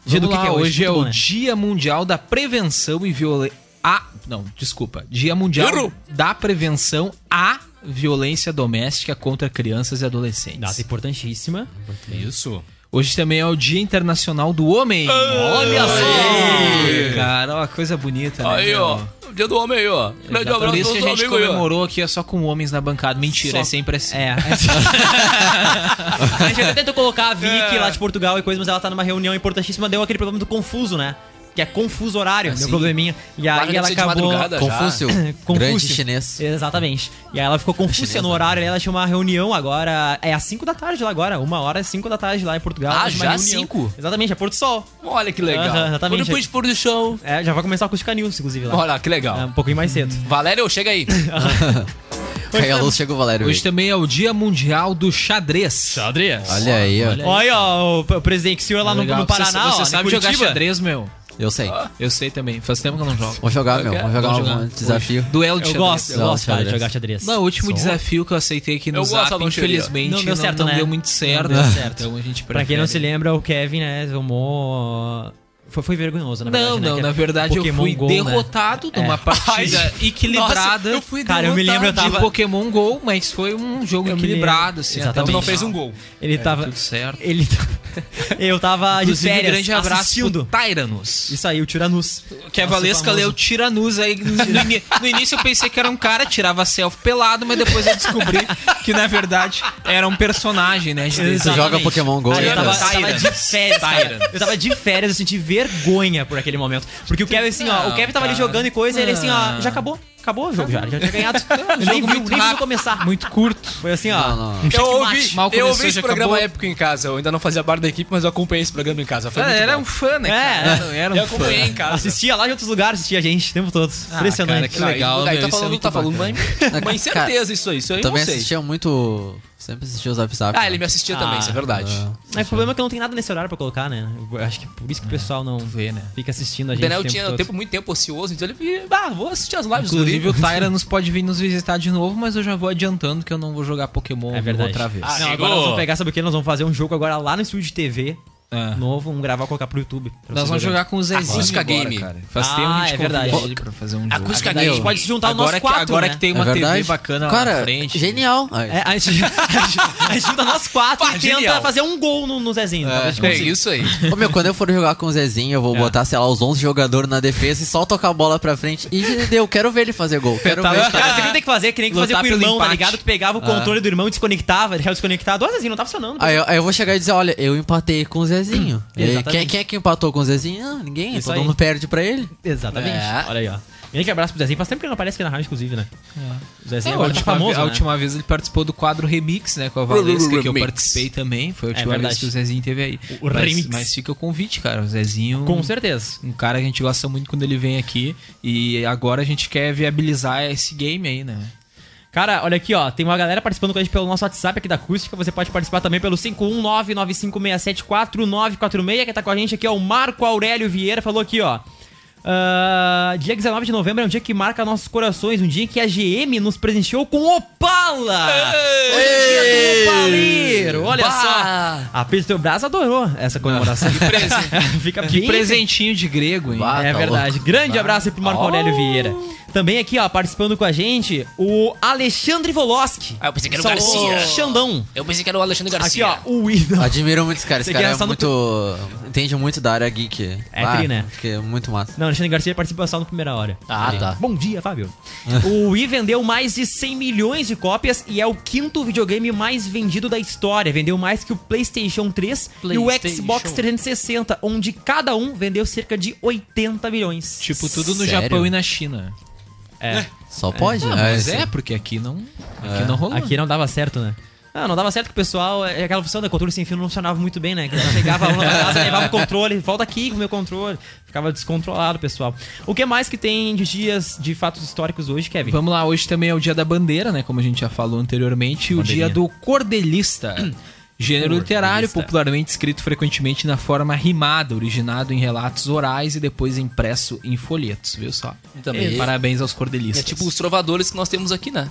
S11: Dia do
S12: Vamos
S11: que
S12: lá,
S11: que é hoje?
S12: hoje? é
S11: Muito
S12: o
S11: bom, né?
S12: Dia Mundial da Prevenção e Violência. Ah, não, desculpa. Dia Mundial
S11: Errou.
S12: da Prevenção à Violência Doméstica contra Crianças e Adolescentes.
S11: Data importantíssima.
S12: Isso. Hoje também é o Dia Internacional do Homem.
S11: Ah,
S13: Olha só!
S12: Ei, É. Cara, uma coisa bonita, né?
S13: Aí,
S12: meu?
S13: ó. Dia do homem aí, ó. Grande
S12: Exato. Por
S13: abraço
S12: isso que
S13: todos
S12: a
S13: os
S12: gente
S13: amigos aí, ó.
S12: comemorou aqui é só com homens na bancada. Mentira,
S11: Só-
S12: é sempre assim.
S11: É. A gente até tentou colocar a Vicky
S13: É.
S11: lá de Portugal e coisa, mas ela tá numa reunião importantíssima, deu aquele problema do confuso, né? Que é confuso
S13: Ah,
S11: horário,
S5: Assim.
S11: deu probleminha. E
S5: Claro,
S11: aí
S5: deve
S11: ela
S5: ser de
S11: acabou.
S5: madrugada já. Confúcio, grande chinês.
S11: Exatamente. E aí ela ficou confusa no horário, aí ela tinha uma reunião agora. É às 5 da tarde lá agora, uma hora às 5 da tarde lá em Portugal.
S13: Ah,
S11: ela tinha uma
S13: já
S11: reunião.
S13: 5?
S11: Exatamente, é Porto Sol.
S13: Olha que legal.
S11: Aham, exatamente.
S13: Quando depois de pôr do chão.
S11: É, já vai começar a acústica news, inclusive lá.
S13: Olha, que legal.
S11: É, um pouquinho mais cedo.
S13: Valério, chega aí.
S5: Caiu a luz, chegou o Valério.
S12: Hoje
S5: Hoje
S12: também é o Dia Mundial do Xadrez. Xadrez.
S5: Olha aí, ó.
S11: Olha aí, ó, o o presidente Silva Tá lá no,
S12: Legal.
S11: no Paraná,
S12: É Você,
S11: ó,
S12: você
S11: em
S12: sabe jogar
S11: Curitiba.
S12: xadrez, meu?
S5: Eu sei.
S12: Eu sei também. Faz tempo que eu não jogo.
S5: Vamos jogar, meu. Vamos jogar um desafio.
S12: Duelo de
S11: Eu
S12: xadrez.
S11: gosto, eu
S12: Duelo
S11: gosto, cara, de
S12: xadrez.
S11: jogar xadrez.
S12: Não, o último
S11: Sou.
S12: desafio que eu aceitei aqui no
S11: Eu gosto,
S12: Zap,
S11: Alonso Xavier.
S12: infelizmente,
S11: Não deu certo,
S12: não
S11: né?
S12: deu muito certo.
S11: Não deu certo.
S12: Então a gente
S11: pra quem não se
S12: prefere.
S11: lembra, o Kevin, né, tomou... Foi, foi vergonhoso, na verdade,
S12: Não,
S11: né,
S12: não,
S11: Kevin?
S12: na verdade eu
S11: Pokémon
S12: fui
S11: Go, né? É.
S12: derrotado numa partida
S11: Ai,
S12: equilibrada.
S11: nossa, eu fui Cara, eu me lembro, eu
S12: derrotado
S11: tava-
S12: de Pokémon Go, mas foi um jogo
S11: Eu me lembro.
S12: equilibrado, assim. até o
S11: Exatamente.
S12: final.
S11: Ele
S12: É,
S11: tava...
S12: tudo certo.
S11: Ele tava- Eu tava Ah, de
S12: Inclusive, um
S11: férias,
S12: grande abraço
S11: assistindo.
S12: pro Tyranus.
S11: Isso aí, o Tiranus.
S12: Que a Valesca leu Tiranus aí. No, no ini- no início eu pensei que era um cara, tirava selfie pelado, mas depois eu descobri que na verdade era um personagem, né?
S5: Tu joga Pokémon Go,
S11: Cara, eu
S5: né,
S11: tava,
S5: meu?
S11: eu tava de férias, cara.
S12: Tyrant.
S11: Eu tava de férias, eu senti vergonha por aquele momento. Porque o Kevin, assim, ó,
S12: Não,
S11: o Kevin tava ali
S12: cara.
S11: jogando e coisa, e ele assim, ó,
S12: Não.
S11: já acabou. Acabou o jogo, já, já tinha ganhado.
S12: jogo
S11: nem viu,
S12: muito
S11: nem viu
S12: rápido,
S11: começar.
S12: Muito curto.
S11: Foi assim,
S5: Ah,
S11: ó.
S13: Eu ouvi,
S12: Mal
S13: eu
S12: começou,
S13: ouvi esse
S12: já
S13: programa
S12: acabou.
S13: épico em casa. Eu ainda não fazia bar da equipe, mas eu acompanhei esse programa em casa. Foi
S12: Ah,
S13: muito
S12: era
S13: bom. É.
S12: um fã, né? cara? Era, era um
S13: Eu acompanhei
S12: fã.
S13: em casa.
S11: Assistia lá em outros lugares, assistia a gente o tempo todo. Impressionante.
S12: Ah, cara, que legal,
S13: Aí
S12: meu,
S13: tá
S12: isso é
S13: falando,
S12: muito
S13: tá falando, mãe.
S12: bacana.
S13: Mãe, certeza isso aí. Isso aí eu
S5: também
S13: não sei.
S5: assistia muito. Sempre assistia o Zap Zap.
S13: Ah, ele me assistia também, isso é verdade.
S11: Mas o problema é que não tem nada nesse horário pra colocar, né? Eu acho que é por isso que o pessoal não vê, né? Fica assistindo a
S13: O
S11: gente.
S13: Benel
S11: O tempo
S13: tinha
S11: todo.
S13: Um tempo, muito tempo ocioso, então ele. Ah, vou assistir as lives
S12: Inclusive, o
S13: do guri.
S12: Tyranus pode vir nos visitar de novo, mas eu já vou adiantando que eu não vou jogar Pokémon
S11: É verdade.
S12: outra vez.
S13: Ah,
S11: não, agora nós vamos pegar, sabe o que? Nós vamos fazer um jogo agora lá no estúdio de TV. Novo, vamos gravar e colocar pro YouTube. pra
S12: É. Nós
S11: vocês
S12: vamos jogar
S11: olharem.
S12: com o Zezinho
S13: Acústica
S12: agora,
S13: Game.
S12: cara. Faz tempo que a
S11: Ah,
S12: gente
S11: é
S12: convida
S11: verdade.
S12: ele pra fazer um jogo.
S11: Ah, Acústica Game. A gente pode se juntar
S12: agora
S11: nós
S12: que-
S11: quatro,
S12: Agora
S11: né?
S12: que tem uma
S11: É
S12: TV
S11: verdade.
S12: bacana lá
S5: Cara,
S12: na frente.
S5: genial.
S11: É, a, gente, a gente- a gente junta nós quatro
S13: Ah,
S11: e tenta
S13: genial.
S11: fazer um gol no, no Zezinho. talvez a gente
S13: É
S11: consiga.
S13: isso aí.
S5: Ô, meu, quando eu for jogar com o Zezinho, eu vou botar, sei lá, os 11 jogadores na defesa e só tocar a bola pra frente. E deu, quero ver ele fazer gol. Quero ver ele
S11: Tá, Cara,
S5: fazer
S11: você não tem que fazer, que nem que
S5: Lutar
S11: fazer com o
S5: pelo
S11: irmão, tá
S5: empate.
S11: ligado? Tu pegava o
S12: É.
S5: Ah.
S11: controle do irmão, desconectava, deixava desconectado. Ó, Zezinho, não tá funcionando.
S5: Aí eu, aí eu vou chegar e dizer, olha, eu empatei com o Zezinho. E aí,
S11: Exatamente.
S5: quem, quem é que empatou com o Zezinho? Ah, ninguém,
S11: Isso
S5: todo
S11: aí.
S5: mundo perde pra ele.
S11: Exatamente.
S5: É.
S11: Olha aí, ó. Grande abraço pro Zezinho. Faz tempo que ele não aparece aqui na rádio, inclusive, né? O Zezinho
S12: É, a,
S11: agora tá
S12: última
S11: famoso,
S12: vez, a
S11: né?
S12: última vez ele participou do quadro Remix, né? Com a Valesca, que eu
S11: Remix.
S12: participei também. Foi a
S11: É
S12: última vez
S11: verdade.
S12: que o Zezinho teve aí.
S11: O- o
S12: mas,
S11: remix.
S12: mas fica o convite, cara. O Zezinho.
S11: Com certeza.
S12: Um cara que a gente gosta muito quando ele vem aqui. E agora a gente quer viabilizar esse game aí, né?
S11: Cara, olha aqui, ó. Tem uma galera participando com a gente pelo nosso WhatsApp aqui da acústica. Você pode participar também pelo 51995674946. Quem tá com a gente aqui é o Marco Aurélio Vieira. Falou aqui, ó. "Ah, Ah, dia 19 de novembro é um dia que marca nossos corações, um dia em que a GM nos presenteou com Opala! Hoje é dia do Opaleiro! Olha
S13: Bah!
S11: só! A Petrobras adorou essa comemoração. Que, Fica
S12: Que
S11: bem-
S12: presentinho de grego, hein?
S5: Ah,
S11: é
S5: tá
S11: verdade. Grande abraço aí pro Marco Aurélio Vieira. Também aqui, ó, participando com a gente, o Alexandre Voloski. Ah, eu pensei
S13: que era o Garcia.
S11: Xandão.
S13: Eu pensei que era o Alexandre
S11: Aqui,
S13: Garcia. É
S11: ó, o Idol.
S5: Admiro muito esse cara. Esse
S11: Você
S5: cara
S11: quer
S5: é
S11: essa no-
S5: muito. Entende muito da área geek.
S11: É tri, né?
S5: Porque é muito massa.
S11: Não, Alexandre Garcia participa só no primeira hora.
S5: Ah,
S11: Sim.
S5: tá.
S11: Bom dia, Fábio. o Wii vendeu mais de 100 milhões de cópias e é o quinto videogame mais vendido da história. Vendeu mais que o PlayStation 3 e o
S13: PlayStation.
S11: Xbox 360, onde cada um vendeu cerca de 80 milhões.
S12: Tipo, tudo no Japão e na China.
S11: É.
S5: Só pode,
S12: Ah,
S5: né?
S12: mas
S5: Esse-
S12: é, porque aqui não, aqui
S5: É.
S12: não rolou.
S11: Aqui não dava certo, né? Ah, não dava certo que o pessoal. é Aquela função da controle sem fio não funcionava muito bem, né? Que ela pegava a na casa, levava o controle, volta aqui com o meu controle. Ficava descontrolado, pessoal. O que mais que tem de dias de fatos históricos hoje, Kevin?
S12: Vamos lá, hoje também é o dia da bandeira, né? Como a gente já falou anteriormente, e o
S11: Bandeirinha.
S12: dia do cordelista. Gênero
S11: Cordelista.
S12: literário, popularmente escrito frequentemente na forma rimada, originado em relatos orais e depois impresso em folhetos, viu só?
S13: também-
S12: E Parabéns aos
S13: É
S12: cordelistas.
S13: tipo os trovadores que nós temos aqui, né?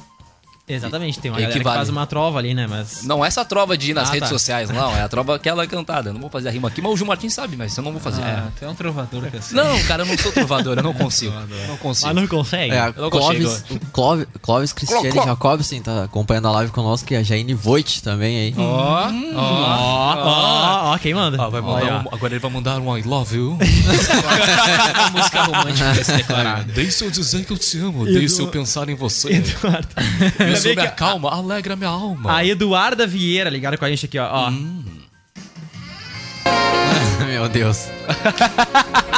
S11: Exatamente, tem uma
S13: É
S11: galera que,
S13: equivale.
S11: faz uma trova ali, né? Mas.
S13: Não é essa trova de ir nas
S11: Ah,
S13: redes
S11: tá.
S13: sociais, não. É a trova aquela cantada. Eu não vou fazer a rima aqui, mas o Gil Martins sabe, mas eu não vou fazer.
S12: Ah, tu é um trovador, cara.
S13: Não, cara, eu não sou trovador, eu não consigo. Não consigo.
S11: assim. Mas não consegue?
S5: É, a
S13: Eu não consigo.
S5: Clóvis, o Clóvis, Clóvis Cristiane
S13: Cló- cló-
S5: Jacobsen tá acompanhando a live conosco e a Jaine Voigt também aí.
S12: Ó,
S11: Ó, ó, ó, quem manda?
S13: vai mandar
S11: Olha,
S13: um- agora ele vai mandar um I love you.
S12: música romântica pra se declarar.
S13: Deixa eu dizer que eu te amo.
S11: Edu-
S13: Deixa eu pensar em você.
S11: Eduardo. Ainda bem
S13: Isso me
S11: que a-
S13: acalma, alegra minha alma.
S11: A Eduarda Vieira ligaram com a gente aqui, ó. ó.
S5: Meu Deus.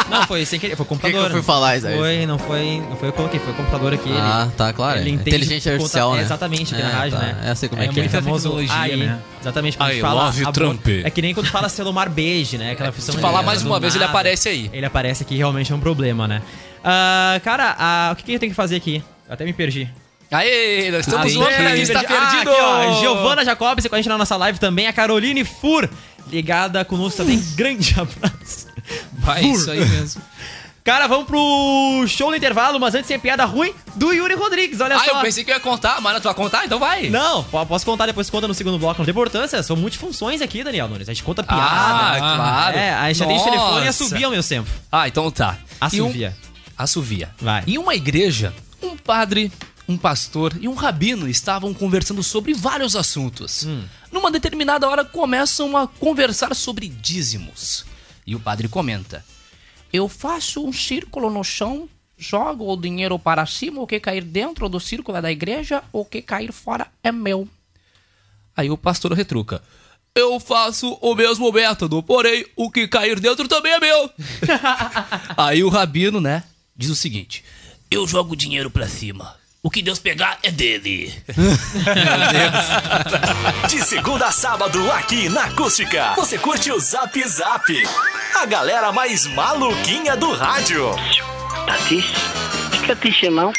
S11: Não, foi sem querer, foi o computador.
S5: que eu fui falar isso aí?
S11: Foi, não foi, não foi eu que coloquei, foi o computador aqui. ele-
S5: Ah, tá, claro.
S11: Ele
S5: É
S11: entende
S5: inteligência artificial,
S11: conta- é
S5: né?
S11: Exatamente, aqui na
S5: É,
S11: rádio,
S5: tá.
S11: né?
S5: Eu sei como é que é.
S11: muito famoso
S12: Tecnologia,
S11: AI,
S12: né?
S11: Exatamente, quando a gente
S13: I
S11: fala...
S13: love
S11: a bo-
S13: Trump.
S11: É que nem quando fala celular beige, né? Aquela função...
S13: Se falar
S11: de-
S13: mais
S11: do
S13: uma vez, ele
S11: nada.
S13: aparece aí.
S11: Ele aparece aqui, realmente é um problema, né? Ah, cara, ah, o que, que eu tenho que fazer aqui? Eu até me perdi.
S13: Aê, nós estamos né?
S11: Ah,
S13: no
S11: bem,
S5: tá
S13: Está
S11: perdi- Ah,
S13: tá Perdido.
S11: aqui, ó, Giovana Jacobs com a gente na nossa live também. A Caroline Fur, ligada conosco também. Grande abraço.
S12: Vai, isso aí mesmo.
S11: Cara, vamos pro show no intervalo, mas antes tem a piada ruim do Yuri Rodrigues, olha
S13: Ah,
S11: só.
S13: eu pensei que eu ia contar, mas não, tu vai contar? Então vai.
S11: Não, po- posso contar depois, conta no segundo bloco, não tem importância, são multifunções aqui, Daniel Nunes. A gente conta piada.
S13: Ah, claro.
S11: É, a gente já tem telefone e
S13: Nossa.
S11: assovia ao mesmo tempo.
S13: Ah, então tá.
S11: Assovia.
S13: Assovia.
S11: Vai.
S13: Em uma igreja, um padre, um pastor e um rabino estavam conversando sobre vários assuntos.
S11: Hum.
S13: Numa determinada hora começam a conversar sobre dízimos. E o padre comenta: Eu faço um círculo no chão, jogo o dinheiro para cima, o que cair dentro do círculo é da igreja, o que cair fora é meu. Aí o pastor retruca. Eu faço o mesmo método, porém o que cair dentro também é meu. Aí o rabino, né, diz o seguinte: Eu jogo o dinheiro pra cima. O que Deus pegar é dele.
S14: De segunda a sábado, aqui na Acústica, você curte o Zap Zap. A galera mais maluquinha do rádio. Tá triste? Fica triste, não.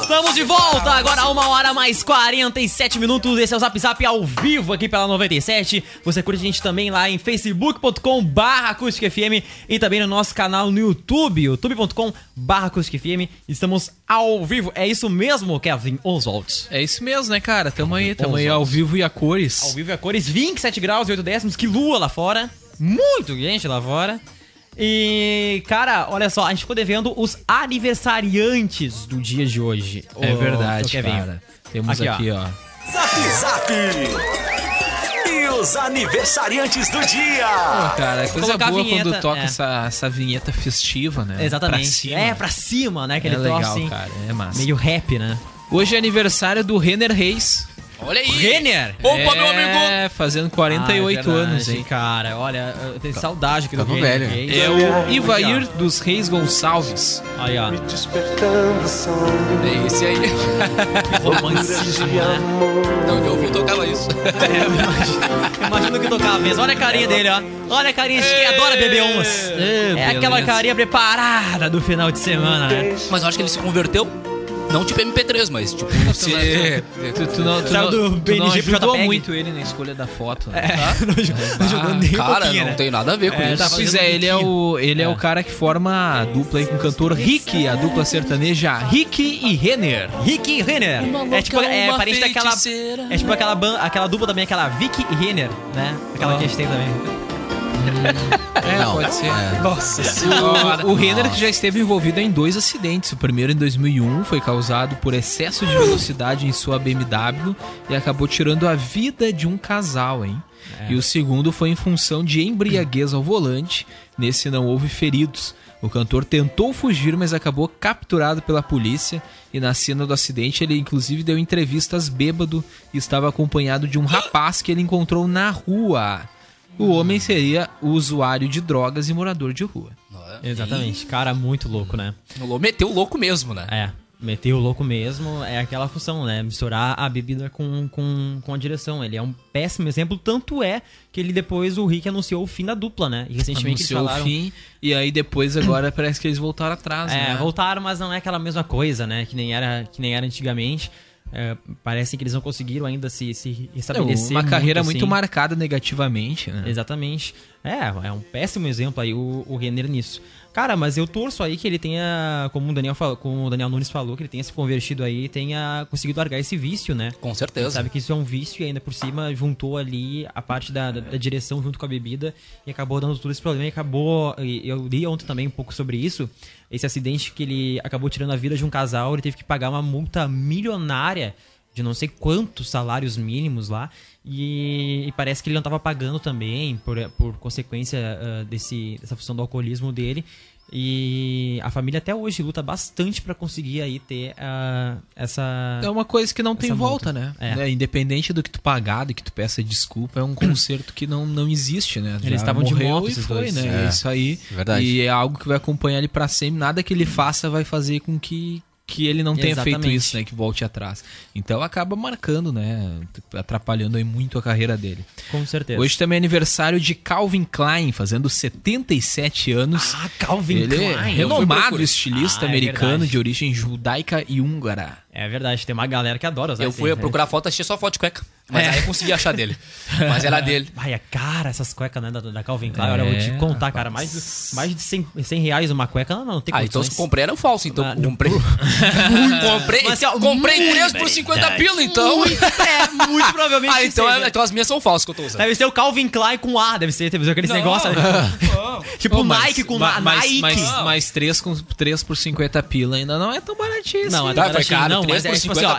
S11: Estamos de volta, agora uma hora mais 47 minutos. Esse é o Zap Zap ao vivo aqui pela 97. Você curte a gente também lá em facebook.com barra acústica FM e também no nosso canal no YouTube, youtube.com barra acústica FM. Estamos ao vivo, é isso mesmo, Kevin Oswald?
S12: É isso mesmo, né, cara? Tamo aí, tamo aí ao vivo e a cores.
S11: Ao vivo e a cores, 27 graus e 8 décimos, que lua lá fora. Muito gente lá fora. E, cara, olha só, a gente ficou devendo os aniversariantes do dia de hoje.
S12: É
S11: Ô,
S12: verdade,
S11: seu Kevin.
S12: cara. Temos aqui, ó.
S14: Zap Zap. E os aniversariantes do dia.
S12: Pô, cara, é coisa
S11: colocar a
S12: boa
S11: vinheta,
S12: quando toca
S11: é.
S12: essa, essa vinheta festiva, né?
S11: Exatamente.
S12: Pra cima.
S11: É, pra cima, né? Aquele
S12: é legal,
S11: troço, assim,
S12: cara. É massa.
S11: Meio rap, né?
S12: Hoje é aniversário do Renner Reis.
S13: Olha aí.
S11: Renner!
S13: Opa, meu amigo!
S12: É, fazendo 48
S11: Ah, é verdade,
S12: anos, hein?
S11: Cara, olha, eu tenho saudade aqui do
S12: Tamo
S11: Renner.
S12: velho.
S11: que
S12: É
S11: isso?
S12: o Ivair dos Reis Gonçalves.
S11: Aí, ó.
S13: É esse aí.
S11: Romancismo, né?
S13: Não, eu ouvi, tocava isso.
S11: Imagina o que tocava mesmo. Olha a carinha dele, ó. Olha a carinha de quem adora beber umas. É
S12: beleza.
S11: aquela carinha preparada do final de semana, né?
S13: Mas eu acho que ele se converteu. Não tipo MP3, mas tipo.
S12: Você- tu, tu não, tu não, tu não ajudou muito ele na escolha da foto. Né?
S13: É, não ajudou nem um Cara, pouquinho, não né? tem nada a ver com isso.
S12: tá, pois é, ele é, o, ele é. o cara que forma a dupla aí com o cantor Rick, a dupla sertaneja Rick e Renner.
S11: Rick e Renner. É tipo, é parente daquela. É tipo aquela, ban- aquela dupla também, aquela Vicky e Renner, né? Aquela que a gente tem também.
S12: É,
S11: Não,
S12: pode ser.
S11: é. Nossa
S12: O, o Renner
S11: Nossa.
S12: que já esteve envolvido em dois acidentes. O primeiro em 2001 foi causado por excesso de velocidade em sua BMW e acabou tirando a vida de um casal, hein? E o segundo foi em função de embriaguez ao volante. Nesse não houve feridos. O cantor tentou fugir, mas acabou capturado pela polícia. E na cena do acidente, ele inclusive deu entrevistas bêbado e estava acompanhado de um rapaz que ele encontrou na rua. O homem seria o usuário de drogas e morador de rua.
S11: Exatamente. Cara, muito louco, né?
S13: Meteu o louco mesmo, né?
S11: É. Meteu o louco mesmo, é aquela função, né? Misturar a bebida com, com, com a direção. Ele é um péssimo exemplo, tanto é que ele depois, o Rick anunciou o fim da dupla, né? E recentemente eles
S12: Anunciou o
S11: falaram...
S12: fim, e aí depois agora parece que eles voltaram atrás,
S11: É,
S12: né?
S11: voltaram, mas não é aquela mesma coisa, né? Que nem era, que nem era antigamente. É, parece que eles não conseguiram ainda se, se restabelecer.
S12: Então, uma carreira muito
S11: assim.
S12: marcada negativamente, né?
S11: Exatamente. É, é um péssimo exemplo aí o, o Renner nisso. Cara, mas eu torço aí que ele tenha, como o Daniel, falou, como o Daniel Nunes falou, que ele tenha se convertido aí e tenha conseguido largar esse vício, né?
S13: Com certeza.
S11: sabe que isso é um vício e ainda por cima juntou ali a parte da, da- da direção junto com a bebida e acabou dando todo esse problema e acabou... e Eu li ontem também um pouco sobre isso. Esse acidente que ele acabou tirando a vida de um casal, ele teve que pagar uma multa milionária de não sei quantos salários mínimos lá. E, e parece que ele não estava pagando também, por, por consequência ah, desse, dessa função do alcoolismo dele. E a família até hoje luta bastante para conseguir aí ter ah, essa.
S12: É uma coisa que não tem
S11: essa
S12: volta, né?
S11: multa. É.
S12: Né? Independente do que tu pagar, do que tu peça desculpa, é um concerto que não, não existe, né?
S11: Eles
S12: Já
S11: estavam de
S12: morreu
S11: moto,
S12: e
S11: esses
S12: foi,
S11: dois.
S12: né?
S11: É,
S12: É isso aí.
S11: verdade. Uhum.
S12: E é algo que vai acompanhar ele pra sempre. Nada que ele faça vai fazer com que, que ele não tenha feito
S11: Exatamente.
S12: isso, né? Que volte atrás. Então acaba marcando, né? Atrapalhando aí muito a carreira dele.
S11: Com certeza.
S12: Hoje também é aniversário de Calvin Klein, fazendo 77 anos. Ah,
S11: Calvin
S12: ele É
S11: Klein. Eu
S12: renomado
S11: procuro.
S12: estilista
S11: Ah, é
S12: americano
S11: verdade.
S12: de origem judaica e húngara.
S11: É verdade, tem uma galera que adora usar
S13: Eu
S11: esse- né?
S13: fui procurar foto, achei só foto de cueca.
S12: É.
S13: Mas aí eu consegui achar dele. Mas era dele.
S11: Ai, a cara, essas cuecas né, da, da Calvin Klein,
S13: É,
S11: olha, eu vou te contar, cara. Mais, mais de 100, 100 reais uma cueca, não, não tem
S13: Ah, então
S11: condições.
S13: se comprei era falso, então.
S11: Ah,
S13: comprei. comprei
S11: Mas, assim, ó,
S13: comprei
S11: muito
S13: três por 50
S11: verdade.
S13: pila, então.
S11: Muito, é, muito provavelmente
S13: Ah, então,
S11: seja.
S13: então as minhas são falsas que eu tô usando.
S11: Deve ser o Calvin Klein com A, deve ser, deve ser aquele
S13: Não.
S11: negócio. né? tipo
S12: Pô, mas-
S11: Nike com
S12: ma-
S11: a
S12: mas,
S11: Nike.
S12: Mas, mas 3, com, 3 por 50 pila ainda não é tão baratíssimo.
S13: assim.
S11: Não, é
S12: Tá,
S11: baratinho,
S12: tá caro,
S11: não,
S12: três
S11: mas é, tipo assim, ó,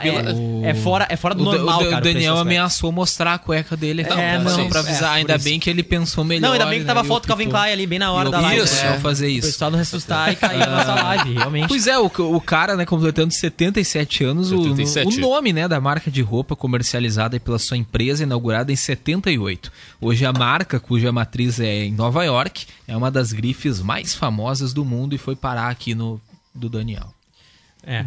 S11: é- é fora- é fora do
S12: O Da-
S11: normal,
S12: o, Da-
S11: cara,
S12: O
S11: o preço
S12: Daniel é
S11: das cuecas.
S12: ameaçou mostrar a cueca dele aqui,
S11: né? É,
S12: tá?
S11: não,
S12: só pra
S11: é,
S12: avisar.
S11: por
S12: ainda
S11: isso.
S12: bem que ele pensou melhor.
S11: Não, ainda bem que tava a
S12: né,
S11: foto do
S12: e
S11: Calvin
S12: optou-
S11: Klein ali, bem na
S12: e
S11: hora da live.
S12: optou
S11: né?
S12: fazer isso. Ah.
S11: O pessoal não ressuscitar e cair na nossa live, realmente.
S12: Pois é, o, o cara, né, completando 77 anos, o-
S11: 77.
S12: O, nome, né, da marca de roupa comercializada pela sua empresa, inaugurada em 78. Hoje a marca, cuja matriz é em Nova York, é uma das grifes mais famosas do mundo e foi parar aqui no do Daniel.
S11: É.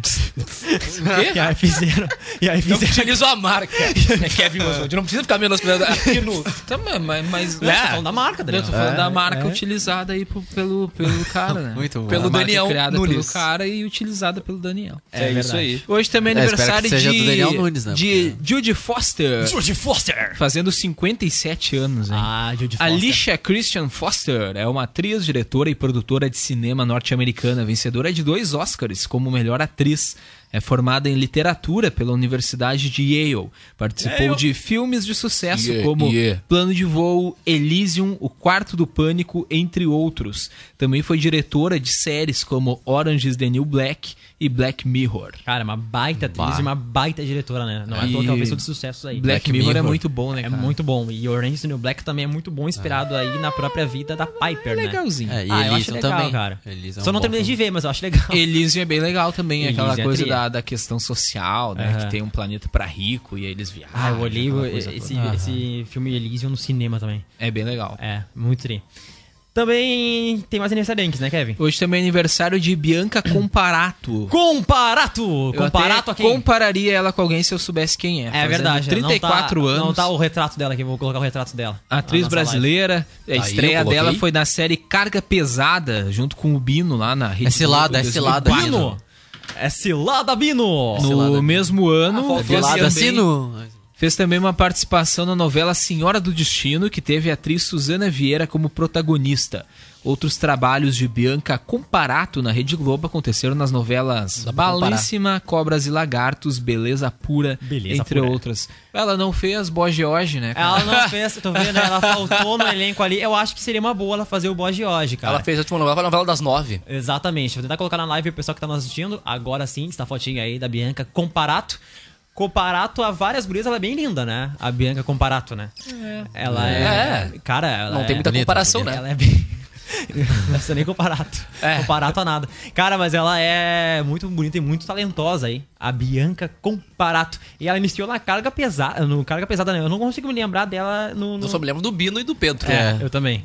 S11: E aí fizeram. E aí
S13: Não
S11: fizeram.
S13: utilizo a marca. É Kevin Oswald. Não precisa ficar menosprezando aqui no.
S12: Tá, mas. mas
S13: Né?
S12: Eu tô
S11: É.
S12: falando da marca utilizada aí pro- pelo, pelo cara, né?
S13: Muito bom.
S12: Pelo
S13: A marca
S12: Daniel
S13: criada
S12: Nunes.
S13: pelo
S12: cara e utilizada pelo Daniel.
S13: É isso aí.
S12: Hoje também é
S5: É, espero que
S12: aniversário
S5: seja
S12: de,
S5: do Daniel Nunes, né?
S12: de Judy Foster.
S11: Judy Foster!
S12: Fazendo 57 anos, hein?
S11: Ah, Judy
S12: Foster. Alicia Christian Foster é uma atriz, diretora e produtora de cinema norte-americana, vencedora de dois Oscars como melhor atriz. É formada em literatura pela Universidade de Yale. Participou
S11: Yale.
S12: de filmes de sucesso
S11: Yeah,
S12: como
S11: yeah.
S12: Plano de Voo, Elysium, O Quarto do Pânico, entre outros. Também foi diretora de séries como Orange is the New Black e Black Mirror.
S11: Cara, uma baita atriz
S12: Bah.
S11: e uma baita diretora, né? Não é
S12: E-
S11: toda talvez todos os sucessos aí.
S12: Black Black Mirror Mirror é muito bom, né,
S11: É
S12: cara?
S11: muito bom. E Orange is the New Black também é muito bom, inspirado aí na própria vida da Piper, né?
S12: legalzinho. É, e
S11: ah, eu acho
S12: Elysium
S11: legal,
S12: também.
S11: cara.
S12: Elysium é
S11: Só
S12: um
S11: não
S12: bom
S11: terminei de ver, mas eu acho legal.
S12: Elysium é bem legal também,
S11: Então, Elysium
S12: aquela
S11: é
S12: coisa
S11: tri.
S12: da, da questão social, né?
S11: Aham.
S12: Que tem um planeta pra rico e aí eles viajam.
S11: Ah, eu olhei
S12: aquela
S11: o-
S12: coisa
S11: esse,
S12: toda.
S11: esse filme Elysium no cinema também.
S12: É bem legal.
S11: É, muito tri. Também tem mais aniversariantes, né, Kevin?
S12: Hoje também é aniversário de Bianca Comparato.
S11: Comparato!
S12: Eu
S11: Comparato a
S12: até
S11: quem?
S12: compararia ela com alguém se eu soubesse quem é.
S11: É
S12: Fazendo
S11: verdade. não tá-
S12: 34 anos.
S11: Não tá o retrato dela aqui, vou colocar o retrato dela.
S12: A Atriz
S11: na nossa
S12: brasileira.
S11: live.
S12: A
S11: Aí,
S12: estreia
S11: eu coloquei.
S12: dela foi na série Carga Pesada, junto com o Bino lá na rede.
S5: cilada,
S12: Globo,
S5: é cilada,
S12: 2004.
S5: Bino.
S11: É Cilada é Bino.
S12: No mesmo
S5: É,
S12: ano,
S11: Ah,
S12: fez,
S11: Cilada
S5: assim,
S11: Bino.
S12: também, fez também uma participação na novela Senhora do Destino, que teve a atriz Suzana Vieira como protagonista. Outros trabalhos de Bianca Comparato na Rede Globo aconteceram nas novelas
S11: comparar.
S12: Balíssima, Cobras e Lagartos, Beleza Pura,
S11: Beleza
S12: entre
S11: Pura.
S12: outras. Ela não fez Boge hoje, né? cara?
S11: Ela não fez, tô vendo, ela faltou no elenco ali. Eu acho que seria uma boa ela fazer o Boge hoje, cara.
S13: Ela fez a última novela, a novela das nove.
S11: Exatamente. Vou tentar colocar na live o pessoal que tá nos assistindo. Agora sim, está a fotinha aí da Bianca Comparato. Comparato a várias gurias, ela é bem linda, né? A Bianca Comparato, né? Ela é. Cara, ela
S13: Não tem
S11: é-
S13: muita
S11: bonita,
S13: comparação,
S11: bonita.
S13: né? É.
S11: Ela é bem. Não precisa nem comparato. Comparato a nada. Cara, mas ela é muito bonita e muito talentosa aí. A Bianca Comparato. E ela iniciou na carga pesada. No carga pesada, né? Eu não consigo me lembrar dela no. no...
S13: Eu só me lembro do Bino e do Pedro.
S11: É, eu também.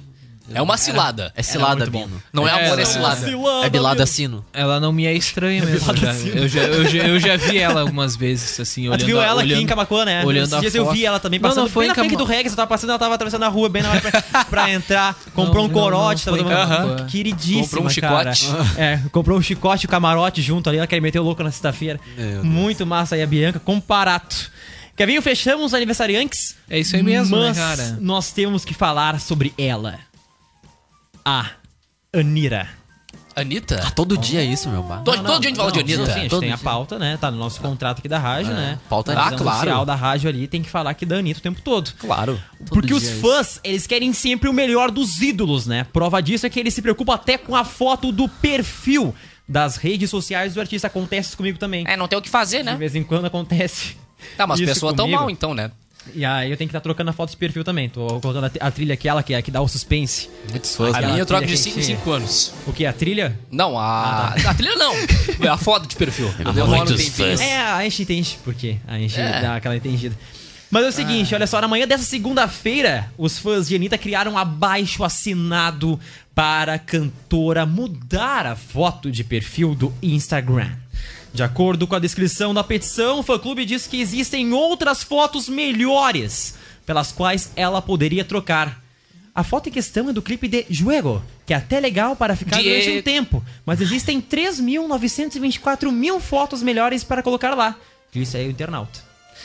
S13: É uma
S11: Era-
S13: cilada.
S11: era muito bom.
S13: Não é amor, é, cilada. bilada
S5: assim,
S12: sino. Ela não me é estranha mesmo.
S11: bilada
S12: já.
S11: sino.
S12: Eu, já, eu, já, eu já vi ela algumas vezes, assim, olhando
S11: tá assim. Ah, tu viu
S12: a-
S11: ela
S12: olhando,
S11: aqui em Camacuã, né?
S12: Olhando
S11: Esses
S12: a
S11: dias eu
S12: foto.
S11: vi ela também passando
S12: não, não, foi
S11: bem na
S12: em
S11: frente do
S12: Cama-
S11: Rex, eu tava passando, ela tava atravessando a rua bem na hora pra, pra entrar. Comprou um
S12: Não, não, não,
S11: corote,
S12: foi em
S11: tava tomando
S12: Camacuã.
S11: queridíssima,
S12: Comprou um
S11: cara.
S12: chicote.
S11: É, comprou um chicote, o camarote junto ali, ela quer meter o louco na sexta-feira. Muito massa aí a Bianca, comparato. Kevinho, fechamos os aniversariantes.
S12: É isso aí mesmo, né,
S11: mas
S12: cara?
S11: nós temos que falar sobre ela. A Anira.
S13: Anitta?
S5: todo dia é isso, meu bar.
S13: Todo- todo dia a gente fala de
S11: não, sim, É
S13: Anitta.
S11: assim, a gente
S13: Todo
S11: tem a
S13: dia.
S11: pauta, né? Tá no nosso contrato aqui da rádio,
S5: É,
S11: né?
S5: pauta
S11: Na
S5: Anitta.
S11: visão
S5: Ah, claro.
S11: social da rádio ali tem que falar aqui da Anitta o tempo todo.
S5: Claro.
S11: Porque
S5: dia
S11: os
S5: é isso.
S11: fãs, eles querem sempre o melhor dos ídolos, né? Prova disso é que eles se preocupam até com a foto do perfil das redes sociais do artista. Acontece isso comigo também.
S13: É, não tem o que fazer, né?
S11: De vez em quando acontece.
S13: Tá, mas as
S11: isso
S13: pessoas tão
S11: comigo.
S13: mal então, né?
S11: E aí eu tenho que estar trocando a foto de perfil também. Tô colocando a, tri- a trilha aquela que, é, que dá o suspense.
S13: Muitos
S11: fãs,
S13: A
S11: né?
S13: minha eu troco
S11: Aquele
S13: de
S11: que
S13: 5 em
S11: se-
S13: 5 anos.
S11: O que? A trilha?
S13: Não, a.
S11: Ah, tá.
S13: A trilha não. É a foto de perfil. Eu demoro um tempinho.
S11: É, a gente entende por quê. A gente
S13: É.
S11: dá aquela entendida. Mas é o seguinte, olha só, na manhã dessa segunda-feira, os fãs de Anitta criaram um abaixo assinado para a cantora mudar a foto de perfil do Instagram. De acordo com a descrição da petição, o fã-clube diz que existem outras fotos melhores pelas quais ela poderia trocar. A foto em questão é do clipe de Juego, que é até legal para ficar durante um
S13: Diego.
S11: tempo, mas existem 3.924 mil fotos melhores para colocar lá. Disse aí é o internauta.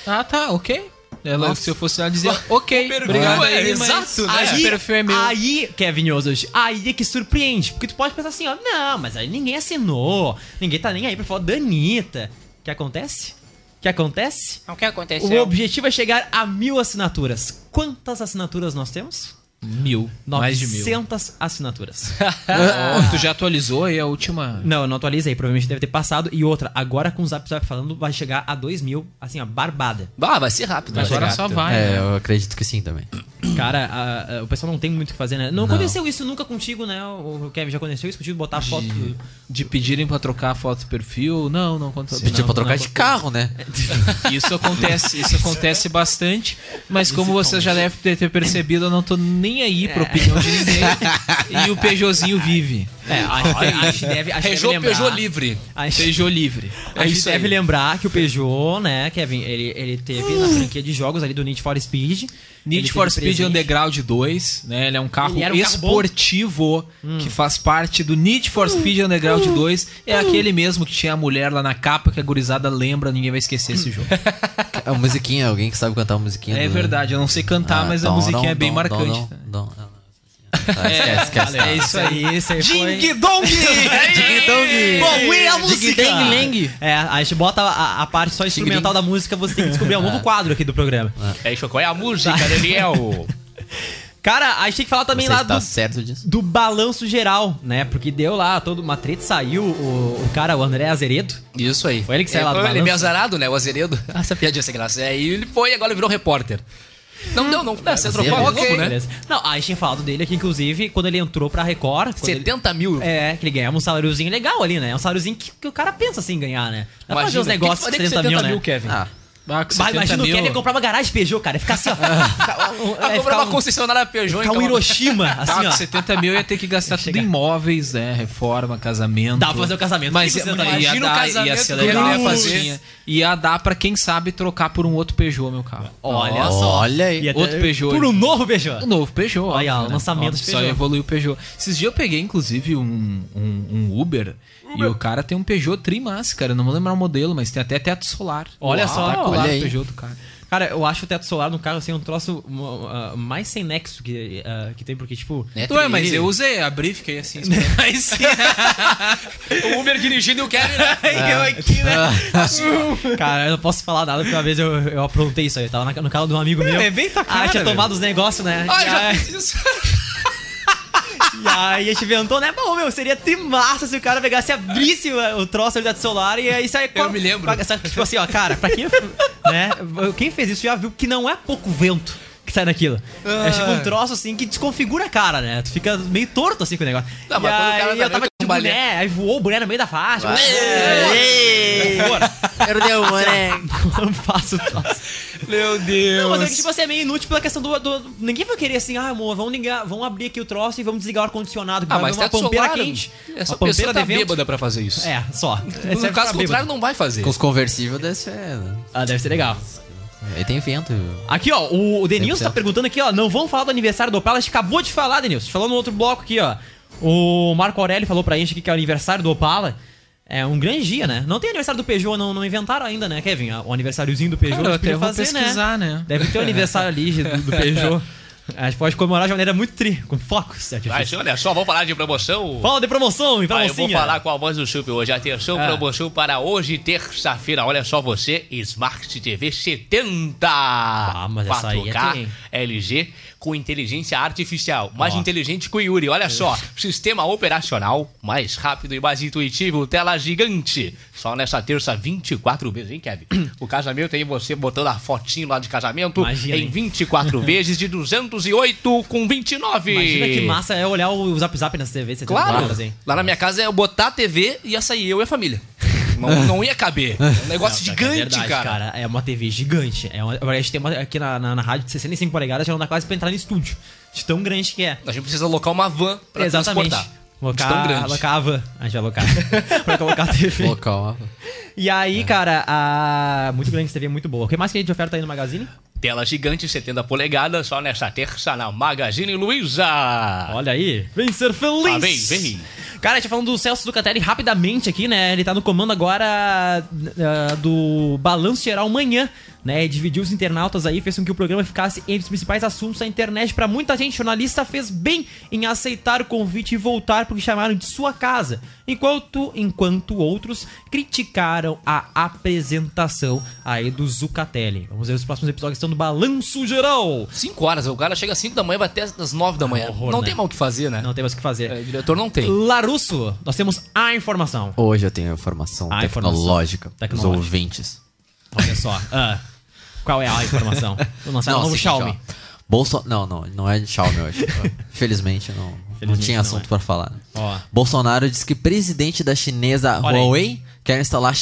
S12: Ah, tá, ok. Ela,
S11: Nossa.
S12: se eu fosse ela, dizia, ok, obrigado.
S11: É,
S12: aí, mas
S11: exato, né?
S12: Esse perfil é meu.
S11: Aí, Kevin Oswald, aí é que surpreende. Porque tu pode pensar assim, ó, não, mas aí ninguém assinou, ninguém tá nem aí pra foto da Anitta. O que acontece? O que acontece?
S15: Então, O que aconteceu?
S11: O objetivo é chegar a mil assinaturas. Quantas assinaturas nós temos?
S12: Mil. Mais de mil.
S11: 900 assinaturas.
S12: Ah, tu já atualizou aí a última.
S11: Não, eu não atualizei, provavelmente deve ter passado. E outra, agora com o Zap Zap falando, vai chegar a 2 mil, assim, ó, barbada.
S13: Ah, vai ser rápido.
S11: Vai
S5: Agora
S11: chegar.
S5: só vai.
S12: né?
S5: É, eu acredito que sim também.
S11: Cara, a- a- o pessoal não tem muito o que fazer, né? Não, aconteceu isso nunca contigo, né? O o Kevin já aconteceu isso contigo, botar a foto.
S12: De,
S11: do-
S12: de pedirem pra trocar a foto do perfil? Não, não aconteceu.
S5: Se pedir
S12: não,
S5: pra trocar
S12: não
S5: de
S12: aconteceu.
S5: carro, né?
S12: Isso acontece, isso acontece bastante. Mas como vocês já devem ter- ter percebido, eu não tô nem aí pra opinião de ninguém. E o Peugeotzinho vive.
S11: É, a gente, a gente deve. A gente
S13: Peugeot,
S11: deve lembrar-
S13: Peugeot livre.
S11: A gente,
S12: Peugeot livre.
S11: a
S12: É
S11: gente
S12: isso aí.
S11: deve lembrar que o Peugeot, né, Kevin, ele, ele teve na franquia de jogos ali do Need for Speed. ele
S12: Need for
S11: teve
S12: Speed é
S11: presente.
S12: um Underground 2, né? Ele é um carro
S11: Ele era um carro
S12: esportivo que faz parte do Need for Speed Underground 2. É aquele mesmo que tinha a mulher lá na capa que a gurizada lembra, ninguém vai esquecer esse jogo.
S5: A musiquinha, alguém que sabe cantar uma musiquinha.
S12: É
S5: do-
S12: verdade, eu não sei cantar,
S5: Hum. Ah,
S12: mas a
S5: dom,
S12: musiquinha
S5: dom,
S12: é bem
S5: dom,
S12: marcante.
S5: dom, dom, dom. Tá, esquece, esquece.
S11: "Ah,
S12: É isso aí,
S11: isso aí foi-
S12: Ding Dong! Ding Dong!
S11: Bom, e a música?
S12: Ding
S11: É, a gente bota a, a parte só instrumental da música, você tem que descobrir um novo quadro aqui do programa.
S13: É isso, qual é a música,
S9: né,
S13: Daniel?
S11: Cara, a gente tem que falar também
S5: Você tá
S11: lá
S5: está
S11: do,
S5: certo disso?
S11: do balanço geral, né? Porque deu lá toda uma treta, saiu o, o cara, o André Azeredo.
S13: Isso aí.
S11: Foi ele que saiu lá do
S13: ele é meio
S11: balanço.
S13: azarado, né? O Azeredo. Ah, essa piadinha sem graça. É, e ele foi e agora virou repórter. Não, não, não. não você
S11: é
S13: trocou a Globo, né?
S11: Beleza. Não, a gente tinha falado dele aqui, inclusive, quando ele entrou pra Record.
S13: 70 mil.
S11: É, que ele ganhava um saláriozinho legal ali, né? Um saláriozinho que, que o cara pensa assim ganhar, né? Dá pra fazer
S13: Imagina,
S11: uns
S13: o que
S11: negócios
S13: que
S11: com
S13: faria com
S11: 70 mil,
S13: 70 mil,
S11: né?
S13: Kevin?
S11: Ah.
S12: Ah, com
S11: Bah,
S12: 70
S11: imagina
S12: mil. É,
S11: o Kevin comprar uma garagem Peugeot, cara. Ia um- Ficar assim, ó.
S13: Ah, comprar uma concessionária Peugeot,
S11: Ficar um
S13: então.
S11: Hiroshima,
S12: Tá,
S11: assim,
S12: com
S11: ó.
S12: 70 mil ia ter que gastar tudo em imóveis, né? Reforma, casamento.
S11: Dá pra fazer o casamento.
S12: Mas
S11: Tem que
S12: ia,
S11: fazer, tá?
S12: ia
S11: Imagina o
S12: dar, ia
S11: casamento
S12: ser
S11: do
S12: legal,
S11: Cruz.
S12: ia fazer. Ia dar pra quem sabe trocar por um outro Peugeot, meu carro.
S11: Olha só.
S5: Olha aí.
S12: Ia ter- Outro Peugeot.
S11: Por um novo Peugeot.
S12: Um novo Peugeot.
S11: Olha,
S12: óbvio,
S11: o
S12: né?
S11: lançamento
S12: Óbvio,
S11: de
S12: Só
S11: Peugeot.
S12: evoluiu o Peugeot. Esses dias eu peguei, inclusive, um, um, um Uber, E o cara tem um Peugeot Trimassa, cara. Eu não vou lembrar o modelo, mas tem até teto solar.
S11: Olha só,
S12: Espetacular
S11: olha aí.
S12: o Peugeot do cara.
S11: Cara, eu acho o teto solar no carro assim um troço uh, uh, mais sem nexo que, uh, que tem, porque, tipo.
S13: É
S12: Ué, mas eu usei, abri, fiquei assim.
S11: Mas sim.
S13: o Uber dirigindo e o Kevin. né?
S11: eu aqui, né? Cara, eu não posso falar nada, porque uma vez eu, eu aprontei isso aí. Eu tava na- no carro de um amigo meu.
S12: é bem tua
S11: Ah,
S12: cara,
S11: tinha
S12: velho.
S11: tomado os negócios, né? E
S13: Ah, eu já
S11: aí-
S13: fiz isso.
S11: E aí a gente inventou, né? Pô, meu, seria trimassa se o cara pegasse, abrisse o o troço ali da solar e aí sai... Eu me lembro. Tipo assim, ó, cara, pra quem... né, quem fez isso já viu que não é pouco vento que sai naquilo. É tipo um troço, assim, que desconfigura a cara, né? Tu fica meio torto, assim, com o negócio.
S13: Não,
S11: e
S13: mas quando o
S11: aí
S13: cara tá
S11: eu
S13: meio
S11: tava
S13: com
S11: de
S13: balé.
S11: boné, aí voou o boné no meio da faixa.
S13: Vai.
S11: Ei!
S13: Perdeu o boné.
S11: Não Assim, faço troço.
S13: Meu Deus.
S11: Não, mas é que, tipo assim, é meio inútil pela questão do, do- Ninguém vai querer assim, ah, amor, vamos ligar, vamos abrir aqui o troço e vamos desligar o ar-condicionado. que
S13: Ah,
S11: vai
S13: mas
S11: vir
S12: tá
S11: uma
S13: teto
S11: pampeira
S13: solar,
S11: quente.
S13: essa
S11: uma pampeira
S13: pessoa tá
S11: de vento.
S13: bêbada pra fazer isso.
S11: É, só.
S13: No
S11: Serve pra
S13: caso
S11: bêbado.
S13: contrário, não vai fazer.
S5: Com os conversíveis deve ser.
S11: Ah, deve ser legal.
S5: Aí tem vento. viu?
S11: Aqui, ó, o, o Denilson tá
S5: 100%.
S11: perguntando aqui, ó. Não vamos falar do aniversário do Opala. A gente acabou de falar, Denilson. Falou no outro bloco aqui, ó. O Marco Aurélio falou pra gente aqui que é o aniversário do Opala. É um grande dia, né? Não tem aniversário do Peugeot, não, não inventaram ainda, né, Kevin? O aniversáriozinho do Peugeot
S12: Cara, eu
S11: eles
S12: até
S11: podiam
S12: vou
S11: fazer,
S12: pesquisar, né?
S11: Deve ter o aniversário ali do, do Peugeot. A gente pode comemorar de maneira muito tri, com focos.
S13: Vai,
S11: artifícios.
S13: olha só, vamos falar de promoção.
S11: Fala de promoção e
S13: Ah, eu
S11: promocinha.
S13: vou falar com a voz do Chup hoje. Atenção,
S11: Então, Ah.
S13: promoção para hoje, terça-feira. Olha só você, Smart TV 70. Ah,
S11: mas essa aí é
S13: 4K,
S11: tem.
S13: LG com inteligência artificial. Mais inteligente que o Yuri. Olha só, sistema operacional mais rápido e mais intuitivo. Tela gigante. Só nessa terça, 24 vezes, hein, Kevin? O casamento aí, você botando a fotinho lá de casamento
S11: Imagina,
S13: em
S11: hein?
S13: 24 vezes de 208 com 29.
S11: Imagina que massa é olhar o Zap Zap nas TV. Você
S13: Claro.
S11: hein?
S13: Lá na minha casa é eu botar a TV e ia sair eu e a família. Não, não ia caber. É um negócio
S11: Não,
S13: gigante,
S11: é verdade,
S13: cara.
S11: É uma TV gigante. É uma, a gente tem uma, aqui na, na, na rádio de 65 polegadas, já não dá quase pra entrar no estúdio. De tão grande que é.
S13: A gente precisa alocar uma van pra
S11: Exatamente.
S13: transportar.
S11: Alocar,
S13: De tão grande.
S11: alocar a van. A gente vai alocar. pra colocar a TV.
S5: Local.
S11: E
S13: É.
S11: aí, cara, a... muito grande essa TV, é muito boa. O que mais que a gente oferta aí no Magazine?
S13: Tela gigante, 70 polegadas, só nesta terça na Magazine Luiza.
S11: Olha aí. Vem ser feliz.
S13: Ah, vem, vem.
S11: Cara, a gente tá falando do Celso Ducatelli rapidamente aqui, né? Ele tá no comando agora ah, do Balanço Geral Manhã, né? E Dividiu os internautas aí, fez com que o programa ficasse entre os principais assuntos da internet pra muita gente. O jornalista fez bem em aceitar o convite e voltar porque chamaram de sua casa. Enquanto, enquanto outros criticaram a apresentação aí do Zucatelli. Vamos ver os próximos episódios que estão do Balanço Geral.
S13: 5 horas, o cara chega às 5 da manhã, vai até às 9 da manhã.
S11: horror,
S13: não
S11: né?
S13: tem mal o que fazer, né?
S11: Não tem mais o que fazer.
S13: É, diretor não tem.
S11: Larusso, nós temos a informação.
S5: Hoje eu tenho informação
S11: Ah, informação.
S5: tecnológica dos
S11: Tecnológica.
S5: ouvintes.
S11: Olha só. ah, qual é a informação? O nosso
S5: Não,
S11: novo
S13: assim,
S5: seguinte,
S11: Xiaomi.
S5: ó. Bolso... Não, não, não é de Xiaomi hoje. Felizmente não, não
S11: Felizmente
S5: tinha
S11: não
S5: assunto
S11: é.
S5: pra falar.
S11: Ó.
S5: Bolsonaro diz que presidente da chinesa
S13: Olha aí.
S5: Huawei quer instalar,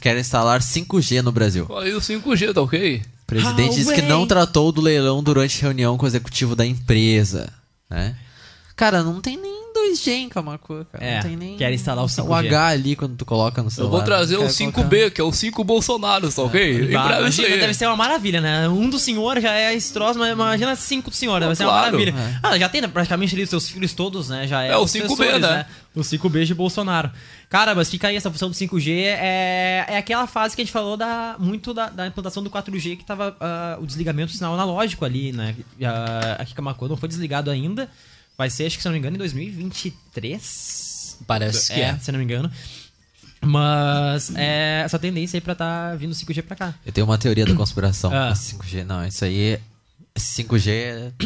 S5: quer instalar 5G no Brasil.
S13: Aí o 5G, tá ok?
S5: O presidente diz que não tratou do leilão durante reunião com o executivo da empresa. Né? Cara, não tem nem 2G em Camacuã, cara.
S11: É,
S5: não tem nem...
S11: quer instalar o 5G.
S5: O H ali quando tu coloca no celular.
S13: Eu vou trazer
S5: Quer
S13: o
S5: colocar.
S13: 5B, que é o 5 Bolsonaro, tá ok? Em
S11: Bah,
S13: breve isso
S11: imagina,
S13: aí.
S11: deve ser uma maravilha, né? Um do senhor já é estroso, mas imagina cinco do senhor, deve ser uma
S13: claro.
S11: maravilha.
S13: É.
S11: Ah, já tem né, praticamente ali os seus filhos todos, né? Já é,
S13: É, o
S11: os
S13: 5B,
S11: sucessores,
S13: né?
S11: O 5B de Bolsonaro. Cara, mas fica aí essa função do 5G. É, é aquela fase que a gente falou da, muito da, da implantação do 4G, que tava ah, o desligamento do sinal analógico ali, né? Ah, aqui Camacuã não foi desligado ainda. Vai ser, acho que se eu não me engano, em 2023.
S13: Parece que é.
S11: Se eu não me engano. Mas é essa tendência aí pra tá vindo 5G pra cá.
S5: Eu tenho uma teoria da conspiração.
S11: Ah.
S5: do 5G, não, isso aí Esse 5G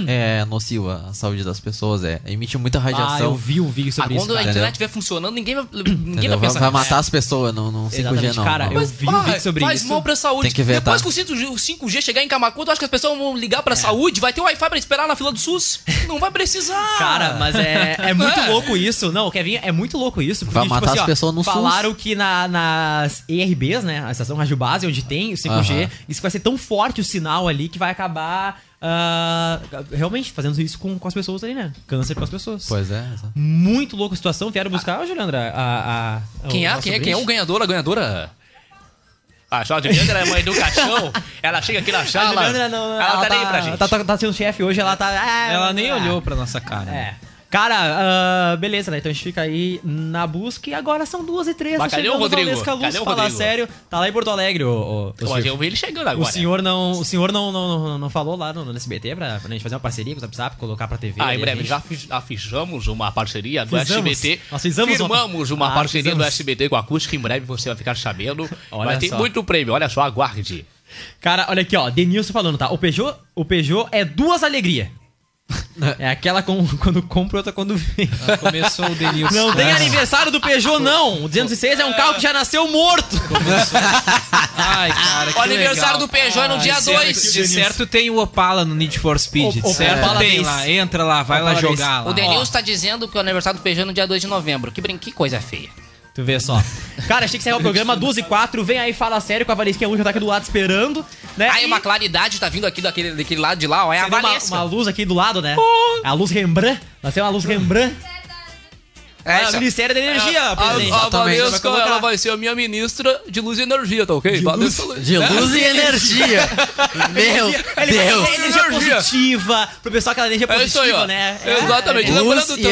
S5: é nocivo à saúde das pessoas, é. Emite muita radiação.
S11: Ah, eu vi tá um vídeo
S13: Ah,
S11: sobre
S13: quando
S11: isso,
S13: a
S5: cara.
S13: internet estiver funcionando, ninguém vai, ninguém
S5: Entendeu?
S13: vai
S5: Vai,
S13: pensar
S5: vai
S13: nisso.
S5: matar as pessoas, não, não 5G não. não.
S11: eu vi um
S13: Mas,
S11: vídeo sobre
S13: faz
S11: isso.
S13: mal pra saúde.
S5: Tem que ver,
S13: Depois
S5: tá?
S13: que o 5G, o 5G chegar em Camacuã, eu acho que as pessoas vão ligar
S11: É.
S13: pra saúde, vai ter Wi-Fi pra esperar na fila do SUS. Não vai precisar.
S11: Cara, mas é, é muito louco isso. Não, Kevin, é muito louco isso. Porque, assim,
S5: Vai matar as pessoas no SUS.
S11: Falaram que na- nas ERBs, né? A estação Rádio Base, onde tem o 5G,
S5: Aham.
S11: isso vai ser tão forte o sinal ali que vai acabar ah, realmente fazendo isso com, com as pessoas ali, né? Câncer com as pessoas.
S5: Pois é. exato.
S11: Muito louca a situação. Vieram buscar, hoje, Leandra, a, a-
S13: Quem
S11: o
S13: é,
S11: nosso
S13: quem é,
S11: brinde.
S13: quem é o ganhador, a ganhadora? A Jorge Leandra é mãe do caixão. Ela chega aqui na
S11: A
S13: sala.
S11: Juliana não,
S13: ela, tá nem aí pra gente.
S11: Tá, tá, tá sendo chefe hoje, ela tá. ah,
S12: Ela nem
S11: ah.
S12: olhou pra nossa cara.
S11: É. Cara, ah, beleza, né? Então a gente fica aí na busca e agora são duas e três.
S13: Mas
S11: tá
S13: cadê o
S11: chegando
S13: Rodrigo?
S11: Valesca Luz,
S13: Cadê o
S11: falar
S13: Rodrigo?
S11: sério. Tá lá em Porto Alegre, o. o, o
S13: Mas
S11: Silvio.
S13: eu vi ele chegando agora. né?
S11: O senhor não, o senhor não, não, não, não falou lá no, no SBT pra, pra gente fazer uma parceria com o WhatsApp, colocar pra TV.
S13: Ah,
S11: ali,
S13: em
S11: a
S13: breve,
S11: gente-
S13: já, fiz- já fizemos uma parceria do
S11: Fizemos.
S13: SBT.
S11: Nós fizemos uma-
S13: Firmamos uma,
S11: Ah,
S13: parceria do
S11: fizemos.
S13: SBT com a Acústica. Em breve você vai ficar sabendo.
S11: Olha
S13: Mas tem
S11: só.
S13: muito prêmio. Olha só, aguarde.
S11: Cara, olha aqui, ó. Denilson falando, tá? O Peugeot, o Peugeot é duas alegrias. É aquela com, quando compra, outra quando vem.
S12: Ah, Começou o Denilson.
S11: Não tem
S13: É.
S12: Ah.
S11: aniversário do Peugeot, não. O 206 é um carro que já nasceu morto.
S12: Ai, cara, Ah, que
S13: O aniversário
S12: legal.
S13: do Peugeot é no dia
S12: de certo-
S13: 2.
S12: De certo tem o Opala no Need for Speed.
S11: O-
S12: de certo
S11: Opala
S12: tem
S11: vez.
S12: lá. Entra lá, vai lá
S11: Opala vez.
S12: jogar lá.
S13: O Denilson está dizendo que o aniversário do Peugeot é no dia 2 de novembro. Que, brin... que coisa feia.
S11: Tu vê só. Cara, achei que saiu o programa 12 e 4. Vem aí, fala sério com a Valesquinha 1 já tá aqui do lado esperando. Né?
S13: Aí uma claridade tá vindo aqui daquele, daquele lado de lá. Ó, é a
S11: Acendeu uma,
S13: Valesca.
S11: uma luz aqui do lado, né? A luz Rembrandt. Nós temos uma luz Rembrandt.
S13: É,
S11: Ah,
S13: isso.
S11: Ministério da Energia,
S13: a,
S11: presidente.
S13: a, a
S11: Exatamente. Vai
S13: Ah, Valesca,
S11: colocar.
S13: ela vai ser a minha ministra de luz e energia, tá ok? De luz,
S5: de luz e energia. Meu
S11: Ele vai ter
S5: Deus.
S11: energia positiva, pro pessoal aquela energia
S13: É isso
S11: positiva,
S13: aí, ó.
S11: né?
S13: Exatamente.
S11: É.
S13: Lembrando também,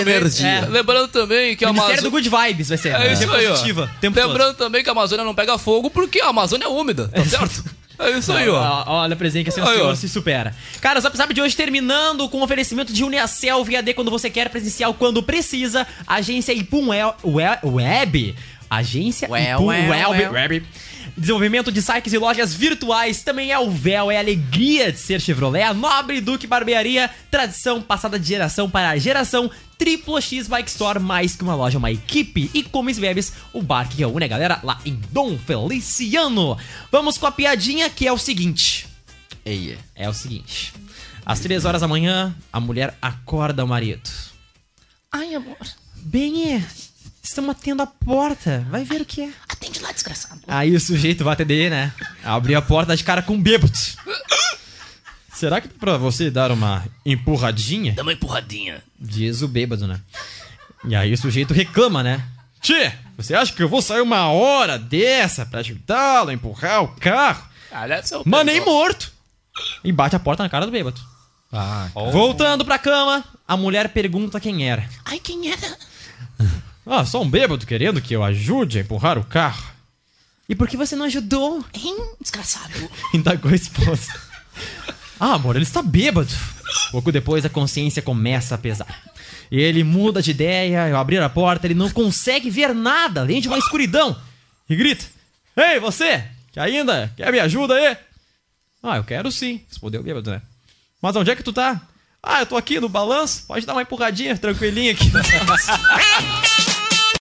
S13: é, Lembrando também que a
S11: Ministério
S13: Amazônia...
S11: do Good Vibes vai ser. né?
S13: É isso aí, ó.
S11: positiva. o tempo
S13: Lembrando também que a Amazônia não pega fogo porque a Amazônia é úmida, tá certo? É isso aí, ó.
S11: Olha, presente que assim o
S13: Aí, ó.
S11: senhor se supera. Cara, o Zap Zap de hoje terminando com oferecimento de Uniacel via D quando você quer, presencial quando precisa. Agência Ipum El- Wel- Web. Agência
S5: Well,
S11: Ipum
S5: well,
S11: Web.
S5: well.
S11: Web. Desenvolvimento de sites e lojas virtuais também é o véu, é a alegria de ser Chevrolet, a nobre Duque Barbearia, tradição passada de geração para geração, Triplo X Bike Store, mais que uma loja, uma equipe, e Comes e Bebes, o bar que reúne a galera lá em Dom Feliciano. Vamos com a piadinha que é o seguinte. É o seguinte. Às três horas da manhã, a mulher acorda o marido.
S13: Ai, amor.
S11: Bem, estamos atendendo a porta. Vai ver o que é.
S13: Atende lá, desgraçado.
S11: Aí o sujeito vai atender, né? Abriu a porta de cara com um bêbado. Será que pra você dar uma empurradinha?
S13: Dá uma empurradinha.
S11: Diz o bêbado, né? E aí o sujeito reclama, né? Tchê, você acha que eu vou sair uma hora dessa pra ajudá-lo a empurrar o carro?
S13: Olha só.
S11: Mas nem morto! E bate a porta na cara do bêbado.
S13: Oh.
S11: Voltando pra cama, a mulher pergunta quem era.
S13: Ai, quem era?
S11: Ah, só um bêbado querendo que eu ajude a empurrar o carro. E por que você não ajudou?
S13: Hein, desgraçado.
S11: Indagou a esposa. Ah, amor, ele está bêbado. Pouco depois a consciência começa a pesar. Ele muda de ideia, ao abrir a porta, ele não consegue ver nada, além de uma escuridão. E grita: Ei, você! Que ainda? Quer me ajuda aí? Ah, eu quero sim, respondeu o bêbado, né? Mas onde é que tu tá? Ah, eu tô aqui no balanço, pode dar uma empurradinha tranquilinha aqui.